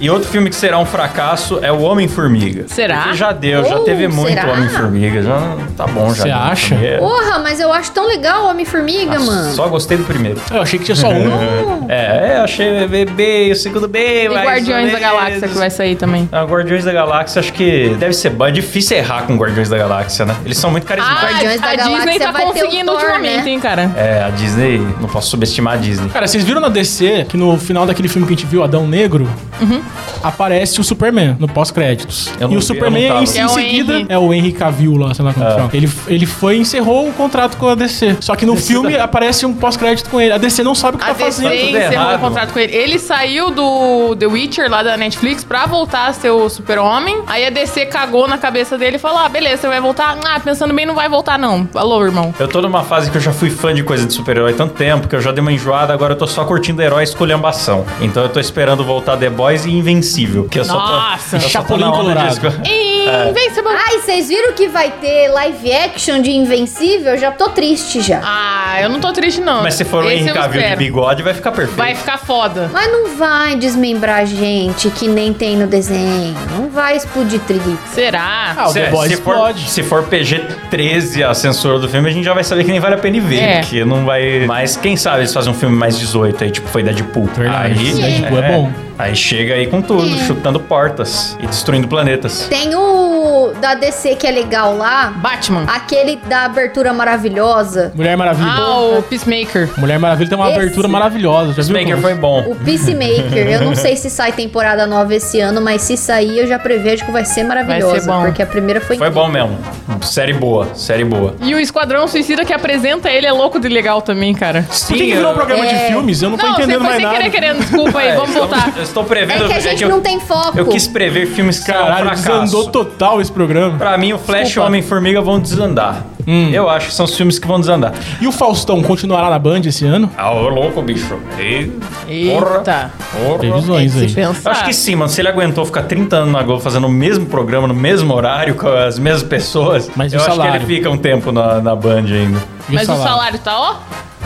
Speaker 1: E outro filme que será um fracasso é o Homem-Formiga.
Speaker 3: Será?
Speaker 1: Porque já deu, já
Speaker 4: Oh,
Speaker 1: teve muito
Speaker 4: será?
Speaker 1: Homem-Formiga. Já tá bom, já.
Speaker 2: Você
Speaker 1: deu.
Speaker 2: acha?
Speaker 1: É.
Speaker 4: Porra, mas eu acho tão legal o Homem-Formiga, mano.
Speaker 1: Só gostei do primeiro.
Speaker 2: Eu achei que tinha só um.
Speaker 1: É, é, eu achei B, B, o segundo B,
Speaker 3: E Guardiões da Galáxia é que vai sair também.
Speaker 1: Ah, Guardiões da Galáxia, acho que deve ser bom. É difícil errar com Guardiões da Galáxia, né? Eles são muito carismáticos.
Speaker 4: Guardiões da
Speaker 3: a Disney
Speaker 4: Galáxia
Speaker 3: tá
Speaker 4: vai ter o
Speaker 3: conseguindo
Speaker 4: Thor,
Speaker 3: ultimamente,
Speaker 4: né?
Speaker 3: hein, cara.
Speaker 1: É, a Disney, não posso subestimar a Disney.
Speaker 2: Cara, vocês viram na DC que no final daquele filme que a gente viu, Adão Negro,
Speaker 3: Uhum.
Speaker 2: aparece o Superman no pós-créditos.
Speaker 1: Eu não
Speaker 2: E o
Speaker 1: vi,
Speaker 2: Superman
Speaker 1: eu não
Speaker 2: em,
Speaker 1: tava.
Speaker 2: em
Speaker 3: É o
Speaker 2: seguida
Speaker 3: Henry.
Speaker 2: é o Henry Cavill lá, sei lá como
Speaker 1: Ah.
Speaker 2: é. ele, ele foi e encerrou o contrato com a DC. Só que no filme aparece um pós-crédito com ele. A DC não sabe o que
Speaker 3: A
Speaker 2: tá fazendo.
Speaker 3: DC
Speaker 1: tudo
Speaker 3: encerrou
Speaker 1: errado.
Speaker 3: o contrato com ele. Ele saiu do The Witcher lá da Netflix pra voltar a ser o super-homem. Aí a DC cagou na cabeça dele e falou: Ah, beleza, você vai voltar. Ah, pensando bem, não vai voltar, não. Alô, irmão.
Speaker 1: Eu tô numa fase que eu já fui fã de coisa de super-herói há tanto tempo que eu já dei uma enjoada, agora eu tô só curtindo herói esculhambação. Então eu tô esperando voltar The Boys e Invencível. Que eu só tô,
Speaker 3: Nossa,
Speaker 1: eu só tô
Speaker 2: Chapolin
Speaker 1: na onda
Speaker 2: Colorado.
Speaker 1: disso.
Speaker 3: Invencible.
Speaker 1: É.
Speaker 4: Ai, vocês viram que vai ter live action de Invencível? Já tô triste já.
Speaker 3: Ah, eu não tô triste, não.
Speaker 1: Mas se for o
Speaker 3: Esse
Speaker 1: Henry
Speaker 3: eu
Speaker 1: Cavill de
Speaker 3: espero.
Speaker 1: bigode, vai ficar perfeito.
Speaker 3: Vai ficar foda.
Speaker 4: Mas não vai desmembrar gente que nem tem no desenho. Não vai explodir trilho.
Speaker 3: Será?
Speaker 2: Ah, o
Speaker 1: Se, é,
Speaker 2: The Boys
Speaker 1: se for,
Speaker 2: explode.
Speaker 1: se for PG-13 a censura do filme, a gente já vai saber que nem vale a pena ir ver,
Speaker 3: É.
Speaker 1: porque não vai... Mas quem sabe eles fazem um filme mais 18 aí, tipo foi Deadpool.
Speaker 2: Verdade,
Speaker 1: Aí,
Speaker 2: Deadpool é bom.
Speaker 1: Aí chega aí com tudo, chutando portas e destruindo planetas.
Speaker 4: Tem o da DC que é legal lá.
Speaker 3: Batman.
Speaker 4: Aquele da abertura maravilhosa.
Speaker 2: Mulher Maravilha.
Speaker 3: Ah, o Peacemaker.
Speaker 2: Mulher Maravilha tem uma
Speaker 4: Esse-
Speaker 2: abertura maravilhosa. Já viu?
Speaker 1: Peacemaker
Speaker 2: como- é?
Speaker 1: foi bom.
Speaker 4: O Peacemaker. eu não sei se sai temporada nova esse ano, mas se sair, eu já prevejo que vai ser maravilhosa.
Speaker 3: bom.
Speaker 4: Porque a primeira foi
Speaker 1: Foi
Speaker 4: incrível.
Speaker 1: bom mesmo. Série boa, série boa.
Speaker 3: E o Esquadrão Suicida que apresenta ele é louco de legal também, cara.
Speaker 1: Sim,
Speaker 2: Por que, que virou um programa
Speaker 4: É.
Speaker 2: de filmes? Eu não, tô
Speaker 3: Não, você
Speaker 2: entendendo
Speaker 3: foi
Speaker 2: mais
Speaker 3: sem
Speaker 2: nada.
Speaker 3: querer querendo. Desculpa
Speaker 1: É,
Speaker 3: aí, vamos voltar.
Speaker 1: Eu estou prevendo...
Speaker 4: É que a gente
Speaker 1: eu-
Speaker 4: não tem foco.
Speaker 1: Eu quis prever filmes que
Speaker 2: Caralho,
Speaker 1: serão um fracasso.
Speaker 2: desandou total esse programa.
Speaker 1: Pra mim, o Flash e o
Speaker 3: Desculpa.
Speaker 1: Homem-Formiga vão desandar.
Speaker 2: Hum.
Speaker 1: Eu acho que são os filmes que vão desandar.
Speaker 2: E o Faustão continuará na Band esse ano?
Speaker 1: Ah, ô louco, bicho. E...
Speaker 3: Eita.
Speaker 1: Porra.
Speaker 2: Previsões
Speaker 3: Se
Speaker 2: aí.
Speaker 1: Eu
Speaker 3: pensar.
Speaker 1: acho que sim, mano. Se ele aguentou ficar 30 anos na Globo fazendo o mesmo programa, no mesmo horário, com as mesmas pessoas,
Speaker 2: Mas
Speaker 1: eu
Speaker 2: e o
Speaker 1: acho que
Speaker 2: salário?
Speaker 1: ele fica um tempo na, na Band ainda.
Speaker 2: E
Speaker 3: Mas o salário tá, ó.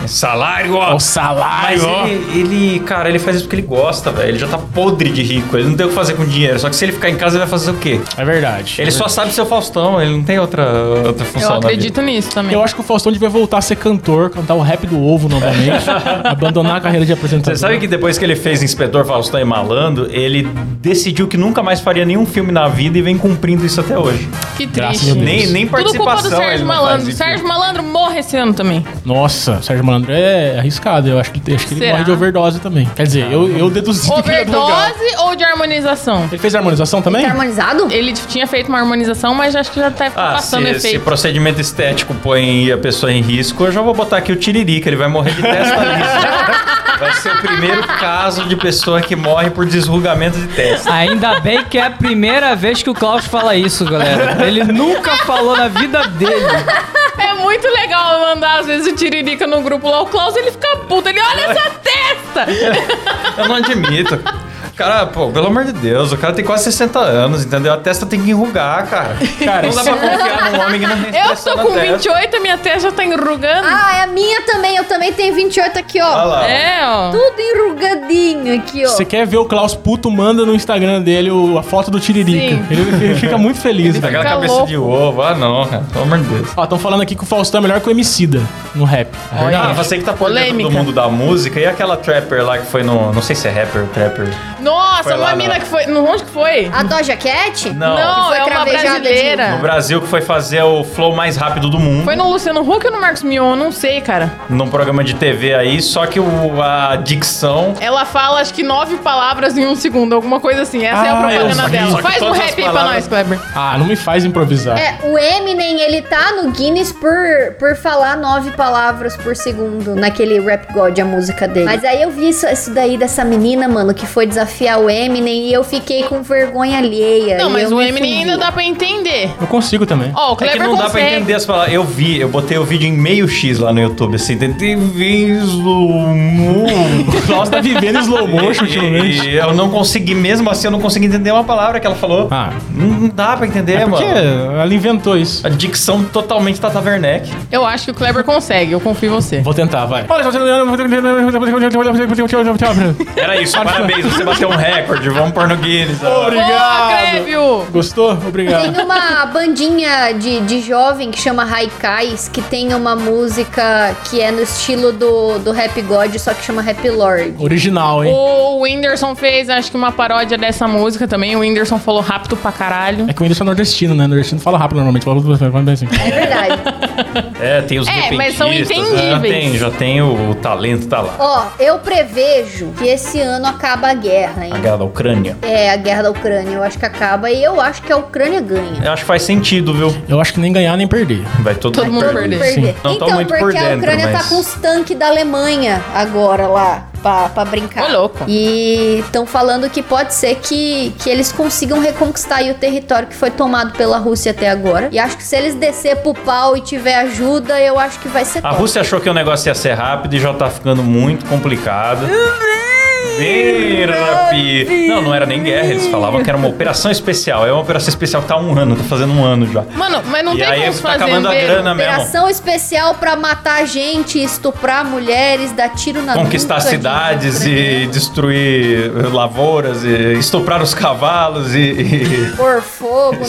Speaker 1: Salário, ó.
Speaker 2: O salário,
Speaker 1: É. Mas
Speaker 2: ó.
Speaker 1: ele, ele, cara, ele faz isso porque ele gosta, velho. Ele já tá podre de rico. Ele não tem o que fazer com dinheiro. Só que se ele ficar em casa, ele vai fazer o quê?
Speaker 2: É verdade.
Speaker 1: Ele só sabe ser o Faustão. Ele não tem outra, outra função
Speaker 3: Eu
Speaker 1: na vida.
Speaker 3: acredito nisso também.
Speaker 2: Eu acho que o Faustão devia voltar a ser cantor, cantar o rap do ovo novamente, abandonar a carreira de apresentador.
Speaker 1: Você sabe que depois que ele fez Inspetor Faustão e Malandro, ele decidiu que nunca mais faria nenhum filme na vida e vem cumprindo isso até hoje.
Speaker 3: Que
Speaker 2: Graças
Speaker 3: triste.
Speaker 2: a Deus.
Speaker 1: Nem, nem
Speaker 3: Tudo culpa do
Speaker 1: participação.
Speaker 3: Sérgio
Speaker 1: ele não faz
Speaker 3: Malandro.
Speaker 1: isso.
Speaker 3: Sérgio Malandro morre esse ano também.
Speaker 2: Nossa, Sérgio malandro é arriscado. Eu acho que, acho que ele
Speaker 3: Será?
Speaker 2: morre de overdose também. Quer dizer, eu, eu deduzi que ele é do lugar.
Speaker 3: Overdose ou de harmonização?
Speaker 2: Ele fez harmonização também?
Speaker 4: Tá harmonizado?
Speaker 3: Ele tinha feito uma harmonização, mas acho que já tá
Speaker 1: Ah,
Speaker 3: passando
Speaker 1: se, se
Speaker 3: efeito.
Speaker 1: procedimento estético põe a pessoa em risco, eu já vou botar aqui o Tiririca, ele vai morrer de testa lisa. Vai ser o primeiro caso de pessoa que morre por desrugamento de testa.
Speaker 5: Ainda bem que é a primeira vez que o Klaus fala isso, galera. Ele nunca falou na vida dele.
Speaker 3: É muito legal mandar, às vezes, o Tiririca no grupo lá. O Klaus, ele fica puto. Ele, olha essa testa!
Speaker 1: Eu não admito. Cara, pô, pelo amor de Deus, o cara tem quase 60 anos, entendeu? A testa tem que enrugar, cara.
Speaker 2: Cara,
Speaker 1: não dá pra confiar num homem que não tem
Speaker 3: Eu
Speaker 1: expressão
Speaker 3: tô
Speaker 1: na
Speaker 3: com
Speaker 1: testa.
Speaker 3: 28, a minha testa já tá enrugando.
Speaker 4: Ah, é a minha também. Eu também tenho 28 aqui,
Speaker 1: Olha
Speaker 4: ó.
Speaker 1: lá.
Speaker 3: É, ó.
Speaker 4: Tudo enrugadinho aqui, ó.
Speaker 2: Você quer ver o Klaus puto, manda no Instagram dele o- a foto do Tiririca.
Speaker 3: Sim.
Speaker 2: Ele, ele fica muito feliz,
Speaker 1: Tá
Speaker 2: velho.
Speaker 1: aquela
Speaker 3: Fica
Speaker 1: cabeça
Speaker 3: louco.
Speaker 1: de ovo. Ah, não, cara. Pelo amor de Deus.
Speaker 2: Ó, estão falando aqui que o Faustão é melhor que o Emicida no rap.
Speaker 1: Ah, você que tá por dentro do
Speaker 3: Polêmica.
Speaker 1: mundo da música. E aquela trapper lá que foi no... Não sei se é rapper ou trapper. Foi
Speaker 3: Nossa,
Speaker 1: lá
Speaker 3: uma
Speaker 1: na- Ah.
Speaker 3: mina que foi... No, onde que foi?
Speaker 4: A Doja Cat?
Speaker 1: Não.
Speaker 3: Não,
Speaker 4: Que foi
Speaker 3: é uma
Speaker 4: cravejada de-
Speaker 3: brasileira.
Speaker 1: No Brasil que foi fazer o flow mais rápido do mundo.
Speaker 3: Ah. Foi no Luciano Huck ou no Marcos Mion? Eu Não sei, cara.
Speaker 1: Num programa de TV aí. Só que o, a dicção... é
Speaker 3: Ela fala, acho que nove palavras em um segundo, alguma coisa assim. Essa é a
Speaker 2: Ah,
Speaker 3: propaganda
Speaker 2: eu vi.
Speaker 1: Só
Speaker 3: dela.
Speaker 1: que
Speaker 3: Faz um
Speaker 1: todas as
Speaker 3: rap aí pra
Speaker 1: palavras-
Speaker 3: nós, Kleber.
Speaker 2: Ah, não me faz improvisar.
Speaker 4: É, o Eminem, ele tá no Guinness por, por falar nove palavras por segundo naquele Rap God, a música dele. Mas aí eu vi isso, isso daí dessa menina, mano, que foi desafiar o Eminem e eu fiquei com vergonha alheia.
Speaker 3: Não,
Speaker 4: e
Speaker 3: mas
Speaker 4: eu
Speaker 3: o
Speaker 4: me
Speaker 3: Eminem
Speaker 4: fudi.
Speaker 3: ainda dá pra entender.
Speaker 2: Eu consigo também.
Speaker 3: Ó, o
Speaker 1: É
Speaker 3: Kleber
Speaker 1: que não dá pra
Speaker 3: consegue.
Speaker 1: entender as palavras. Eu vi, eu botei o vídeo em meio X lá no YouTube, assim. Tentei ver slow
Speaker 2: O Klaus tá vivendo em slow motion ultimamente.
Speaker 1: E eu não consegui, mesmo assim, eu não consegui entender uma palavra que ela falou.
Speaker 2: Ah.
Speaker 1: Não dá pra entender,
Speaker 2: É porque
Speaker 1: mano.
Speaker 2: ela inventou isso.
Speaker 1: A dicção totalmente Tata Werneck.
Speaker 3: Eu acho que o Kleber consegue, eu confio em você.
Speaker 2: Vou tentar, vai.
Speaker 1: Era isso, parabéns, você bateu um recorde. Vamos pôr no Guinness. ó.
Speaker 3: Boa, Clébio!
Speaker 2: Gostou? Obrigado.
Speaker 4: Tem uma bandinha de, de jovem que chama Haikais, que tem uma música que é no estilo do, do Rap God, só que chama Rap Lord.
Speaker 2: Original, hein?
Speaker 3: O Whindersson fez, acho que uma paródia dessa música também. O Whindersson falou rápido pra caralho.
Speaker 2: É que o Whindersson é nordestino, né? Nordestino fala rápido normalmente. Fala- fala- fala assim.
Speaker 4: É verdade.
Speaker 1: É, tem os
Speaker 3: É, mas são
Speaker 1: repentistas, né? Já
Speaker 3: entendíveis.
Speaker 1: tem, já tem o, o talento, tá lá.
Speaker 4: Ó, eu prevejo que esse ano acaba a guerra, hein?
Speaker 1: A guerra da Ucrânia.
Speaker 4: É, a guerra da Ucrânia, eu acho que acaba e eu acho que a Ucrânia ganha.
Speaker 1: Eu acho que faz sentido, viu?
Speaker 2: Eu acho que nem ganhar nem perder.
Speaker 1: Vai todo,
Speaker 3: Todo mundo
Speaker 1: perdido.
Speaker 3: perder.
Speaker 4: Perder.
Speaker 1: Não tá
Speaker 4: Então,
Speaker 1: muito por
Speaker 4: porque a
Speaker 1: dentro,
Speaker 4: Ucrânia
Speaker 1: mas-
Speaker 4: tá com os tanques da Alemanha agora lá. Pra, pra brincar.
Speaker 3: Ô, louco.
Speaker 4: E estão falando que pode ser que, que eles consigam reconquistar aí o território que foi tomado pela Rússia até agora. E acho que se eles descer pro pau e tiver ajuda, eu acho que vai ser
Speaker 1: A
Speaker 4: top.
Speaker 1: Rússia achou que o negócio ia ser rápido e já tá ficando muito complicado. Bem rápido. Não, não era nem guerra, eles falavam que era uma operação especial. É uma operação especial que tá há um ano, tá fazendo um ano já.
Speaker 3: Mano, mas não
Speaker 1: E aí
Speaker 3: tem como
Speaker 1: tá acabando a
Speaker 3: fazendeiro.
Speaker 1: grana mesmo.
Speaker 4: Operação especial pra matar gente, estuprar mulheres, dar tiro na
Speaker 1: Conquistar
Speaker 4: nuca de-
Speaker 1: cidades e destruir lavouras, e estuprar os cavalos e. e-
Speaker 4: Pôr fogo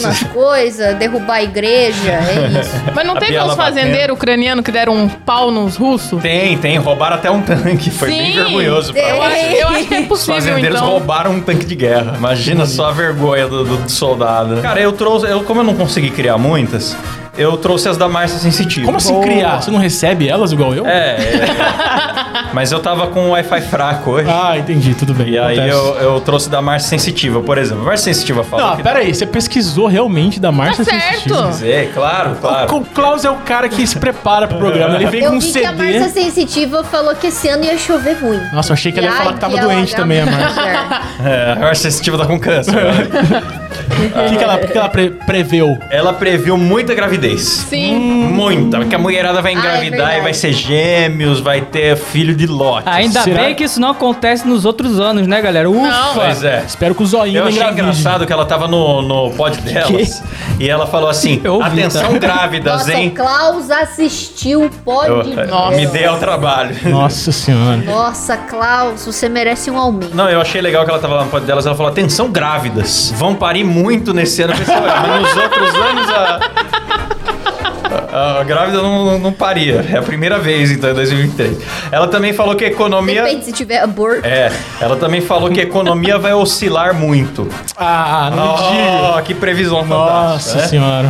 Speaker 4: nas coisas, derrubar a igreja, é isso.
Speaker 3: Mas não
Speaker 1: A
Speaker 3: teve
Speaker 1: Biela
Speaker 3: uns
Speaker 1: batendo.
Speaker 3: fazendeiros ucranianos que deram um pau nos russos?
Speaker 1: Tem, tem, roubaram até um tanque. Foi bem
Speaker 3: Sim.
Speaker 1: vergonhoso pra
Speaker 4: Tem.
Speaker 3: Eu acho,
Speaker 1: vocês.
Speaker 3: eu acho que é
Speaker 1: Os
Speaker 3: possível,
Speaker 1: fazendeiros
Speaker 3: então.
Speaker 1: roubaram um tanque de guerra. Imagina só a vergonha do, do- do soldado. Cara, eu trouxe. Eu, como eu não consegui criar muitas, eu trouxe as da Márcia Sensitiva.
Speaker 2: Como assim
Speaker 1: Boa.
Speaker 2: criar? Você não recebe elas igual eu?
Speaker 1: É, é. Mas eu tava com o Wi-Fi fraco hoje.
Speaker 2: Ah, entendi. Tudo bem.
Speaker 1: e aí
Speaker 2: acontece.
Speaker 1: eu, eu trouxe da Márcia Sensitiva, por exemplo. A Márcia Sensitiva fala.
Speaker 2: Não,
Speaker 1: que-
Speaker 2: pera aí. Você pesquisou realmente da Marcia
Speaker 3: Tá
Speaker 2: Sensitiva?
Speaker 3: certo.
Speaker 1: É, claro, claro.
Speaker 2: O Klaus é o cara que se prepara pro programa. Ele vem com
Speaker 4: Eu
Speaker 2: um
Speaker 4: vi
Speaker 2: CD.
Speaker 4: que a Marcia Sensitiva falou que esse ano ia chover muito.
Speaker 2: Nossa, eu achei que ela ia
Speaker 4: E
Speaker 2: falar
Speaker 4: ai,
Speaker 2: que tava
Speaker 4: ela
Speaker 2: doente
Speaker 4: dá
Speaker 2: também, a
Speaker 4: muito
Speaker 2: Marcia.
Speaker 4: azar.
Speaker 1: É, a Márcia Sensitiva tá com câncer. né?
Speaker 2: O que, que ela, o que que ela pre- preveu?
Speaker 1: Ela previu muita gravidez. Hum.
Speaker 3: Sim.
Speaker 1: Muita, porque a mulherada vai engravidar e
Speaker 4: verdade.
Speaker 1: vai ser gêmeos, vai ter filho de lote.
Speaker 5: Ainda
Speaker 2: Será-
Speaker 5: bem que isso não acontece nos outros anos, né, galera? Ufa!
Speaker 3: Não.
Speaker 1: Pois é.
Speaker 2: Espero que o zoinho
Speaker 1: Eu achei
Speaker 2: engravide.
Speaker 1: engraçado que ela tava no, no pod delas e ela falou assim:
Speaker 5: Eu ouvi,
Speaker 1: atenção
Speaker 5: tá?
Speaker 1: grávidas,
Speaker 4: Nossa, o
Speaker 1: hein?
Speaker 4: Klaus assistiu,
Speaker 1: Eu-
Speaker 2: é,
Speaker 4: pode.
Speaker 1: eu-
Speaker 4: Nossa.
Speaker 1: me dê ao trabalho.
Speaker 2: Nossa senhora.
Speaker 4: Nossa, Klaus, você merece um aumento.
Speaker 1: Não, eu achei legal que ela tava lá no pod delas, ela falou: atenção grávidas, vão parir muito nesse ano. Eu pensei, "Ué, mas nos outros anos a. a, a grávida não, não- não paria. É a primeira vez, então, em 2023. Ela também falou que a economia.
Speaker 4: Depende se tiver aborto.
Speaker 1: É, ela também falou que a economia vai oscilar muito.
Speaker 2: Ah, não diga.
Speaker 1: Oh, que previsão
Speaker 2: Nossa
Speaker 1: fantástica. né?
Speaker 2: senhora.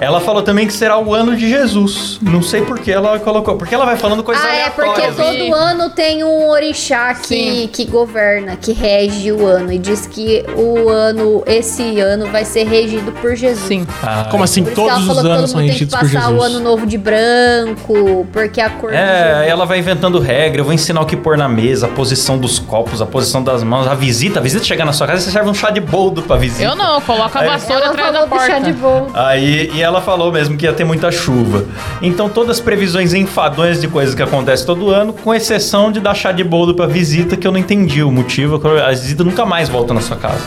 Speaker 1: Ela falou também que será o ano de Jesus. Não sei por que ela colocou. Porque ela vai falando coisas
Speaker 4: Ah, é
Speaker 1: aleatórias.
Speaker 2: assim.
Speaker 4: porque
Speaker 1: né?
Speaker 4: todo ano tem um orixá que,
Speaker 3: Sim.
Speaker 4: que governa, que rege o ano e diz que o ano, esse ano, vai ser regido por Jesus.
Speaker 3: Sim.
Speaker 1: Ah,
Speaker 2: Como assim?
Speaker 4: Por isso que ela
Speaker 2: Todos os
Speaker 4: falou
Speaker 2: anos
Speaker 4: que
Speaker 2: são
Speaker 4: todo mundo tem que
Speaker 2: regidos por
Speaker 4: passar o
Speaker 2: Jesus.
Speaker 4: ano novo de branco, porque a cor do
Speaker 1: É, ela vai inventando regra, eu vou ensinar o que pôr na mesa, a posição dos copos, a posição das mãos, a visita. A visita chegar na sua casa, você serve um chá de boldo pra visita.
Speaker 3: Eu não, eu coloco a
Speaker 1: Aí-
Speaker 3: vassoura
Speaker 4: ela
Speaker 3: atrás da
Speaker 4: falou do
Speaker 3: porta.
Speaker 4: chá de bolo.
Speaker 1: Aí, e ela falou mesmo que ia ter muita chuva. Então, todas as previsões enfadonhas de coisas que acontecem todo ano, com exceção de dar chá de boldo pra visita, que eu não entendi o motivo. A visita nunca mais volta na sua casa.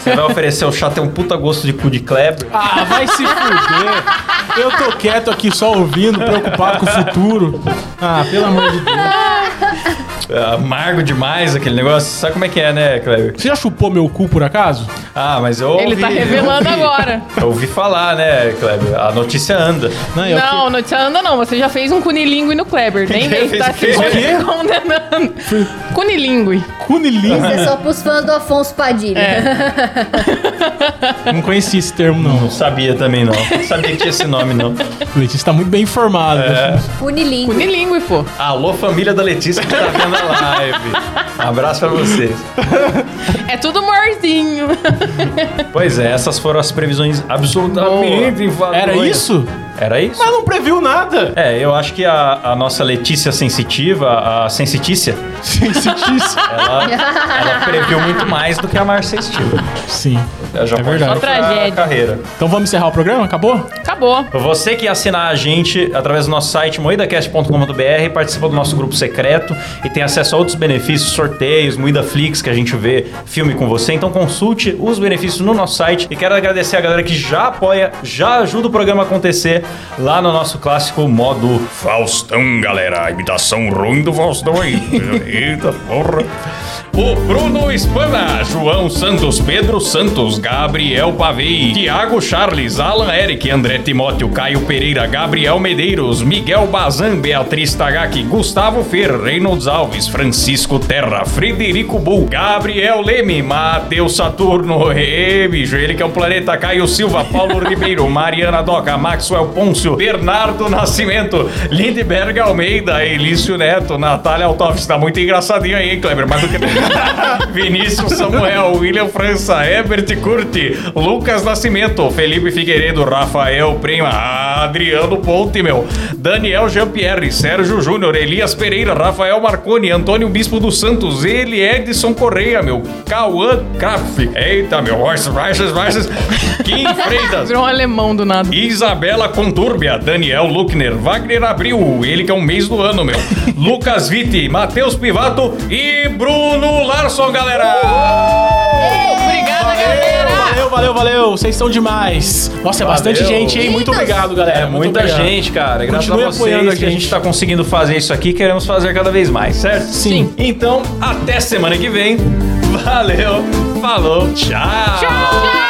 Speaker 1: Você vai oferecer o chá, tem um puta gosto de cu de Kleber.
Speaker 2: Ah, vai se fuder. Eu tô quieto aqui só ouvindo, preocupado com o futuro. Ah, pelo amor de Deus.
Speaker 1: Ah, Amargo demais aquele negócio. Sabe como é que é, né, Kleber?
Speaker 2: Você já chupou meu cu por acaso?
Speaker 1: Ah, mas eu
Speaker 3: Ele
Speaker 1: ouvi,
Speaker 3: tá revelando
Speaker 1: eu ouvi.
Speaker 3: agora.
Speaker 1: Eu ouvi falar, né, Kleber? A notícia anda.
Speaker 2: eu
Speaker 3: Não, não te anda não. Você já fez um cunilingue no Kleber. Nem
Speaker 1: que
Speaker 3: vem que
Speaker 1: fez
Speaker 3: tá
Speaker 1: o
Speaker 3: se
Speaker 1: quê?
Speaker 2: Quê?
Speaker 3: condenando. Cunilingue.
Speaker 2: que- Cunilingue.
Speaker 4: Isso é só pros fãs do Afonso Padilha.
Speaker 2: É. Não conheci esse termo,
Speaker 1: Não
Speaker 2: não.
Speaker 1: sabia também, não. Não sabia que tinha esse nome, não.
Speaker 2: Letícia tá muito bem informado.
Speaker 4: Unilingue.
Speaker 3: Cunilingue, pô.
Speaker 1: Alô, família da Letícia que tá vendo a live. Abraço pra vocês.
Speaker 3: É tudo amorzinho.
Speaker 1: Pois é, essas foram as previsões absolutamente invadoras.
Speaker 2: Era isso?
Speaker 1: Era isso.
Speaker 2: Mas não previu nada.
Speaker 1: É, eu acho que a, a nossa Letícia sensitiva, a sensitícia,
Speaker 2: Sensitícia.
Speaker 1: ela, ela previu muito mais do que a Mar sensitiva.
Speaker 2: Sim.
Speaker 1: Ela já
Speaker 2: É
Speaker 1: pode
Speaker 2: verdade.
Speaker 1: ir pra
Speaker 3: Só tragédia.
Speaker 1: carreira.
Speaker 2: Então vamos encerrar o programa? Acabou?
Speaker 3: Acabou.
Speaker 1: Você que assinar a gente através do nosso site moedacast.com.br, participa do nosso grupo secreto e tem acesso a outros benefícios, sorteios, Moída Flix, que a gente vê filme com você. Então consulte os benefícios no nosso site e quero agradecer a galera que já apoia, já ajuda o programa a acontecer lá no nosso clássico modo
Speaker 6: Faustão, galera. A imitação ruim do Faustão aí. Eita porra. O Bruno Espana, João Santos, Pedro Santos, Gabriel Pavei, Tiago Charles, Alan Eric, André Timóteo, Caio Pereira, Gabriel Medeiros, Miguel Bazan, Beatriz Tagaki, Gustavo Fer, Reynolds Alves, Francisco Terra, Frederico Bull, Gabriel Leme, Matheus Saturno, e bicho, ele que é o planeta Caio Silva, Paulo Ribeiro, Mariana Doca, Maxwell Pôncio, Bernardo Nascimento, Lindberg Almeida, Elício Neto, Natália Altoff, tá muito engraçadinho aí, hein, Kleber? Mas do que... Vinícius Samuel, William França, Herbert Curti, Lucas Nascimento, Felipe Figueiredo, Rafael Prima, Adriano Ponte, meu, Daniel Jean-Pierre, Sérgio Júnior, Elias Pereira, Rafael Marconi, Antônio Bispo dos Santos, ele Edson Correia, meu, Cauã Kraff, eita, meu, Royce, Royce, Royce, Kim Freitas,
Speaker 3: Virou um alemão do nada.
Speaker 6: Isabela Contúrbia, Daniel Luckner, Wagner Abril, ele que é um mês do ano, meu. Lucas Vitti, Matheus Pivato e Bruno Larson, galera!
Speaker 3: Obrigada, galera.
Speaker 2: Valeu, valeu, valeu. Vocês são demais. Nossa, é bastante
Speaker 1: Valeu.
Speaker 2: gente, hein? Muito
Speaker 4: Meninos.
Speaker 2: obrigado, galera.
Speaker 1: É
Speaker 2: Muito
Speaker 1: muita
Speaker 2: obrigado.
Speaker 1: gente, cara. Graças
Speaker 2: Continue
Speaker 1: a vocês
Speaker 2: apoiando a
Speaker 1: que a gente
Speaker 2: gente.
Speaker 1: está conseguindo fazer isso aqui, queremos fazer cada vez mais, certo?
Speaker 2: Sim.
Speaker 1: Então, até semana que vem. Valeu, falou, tchau.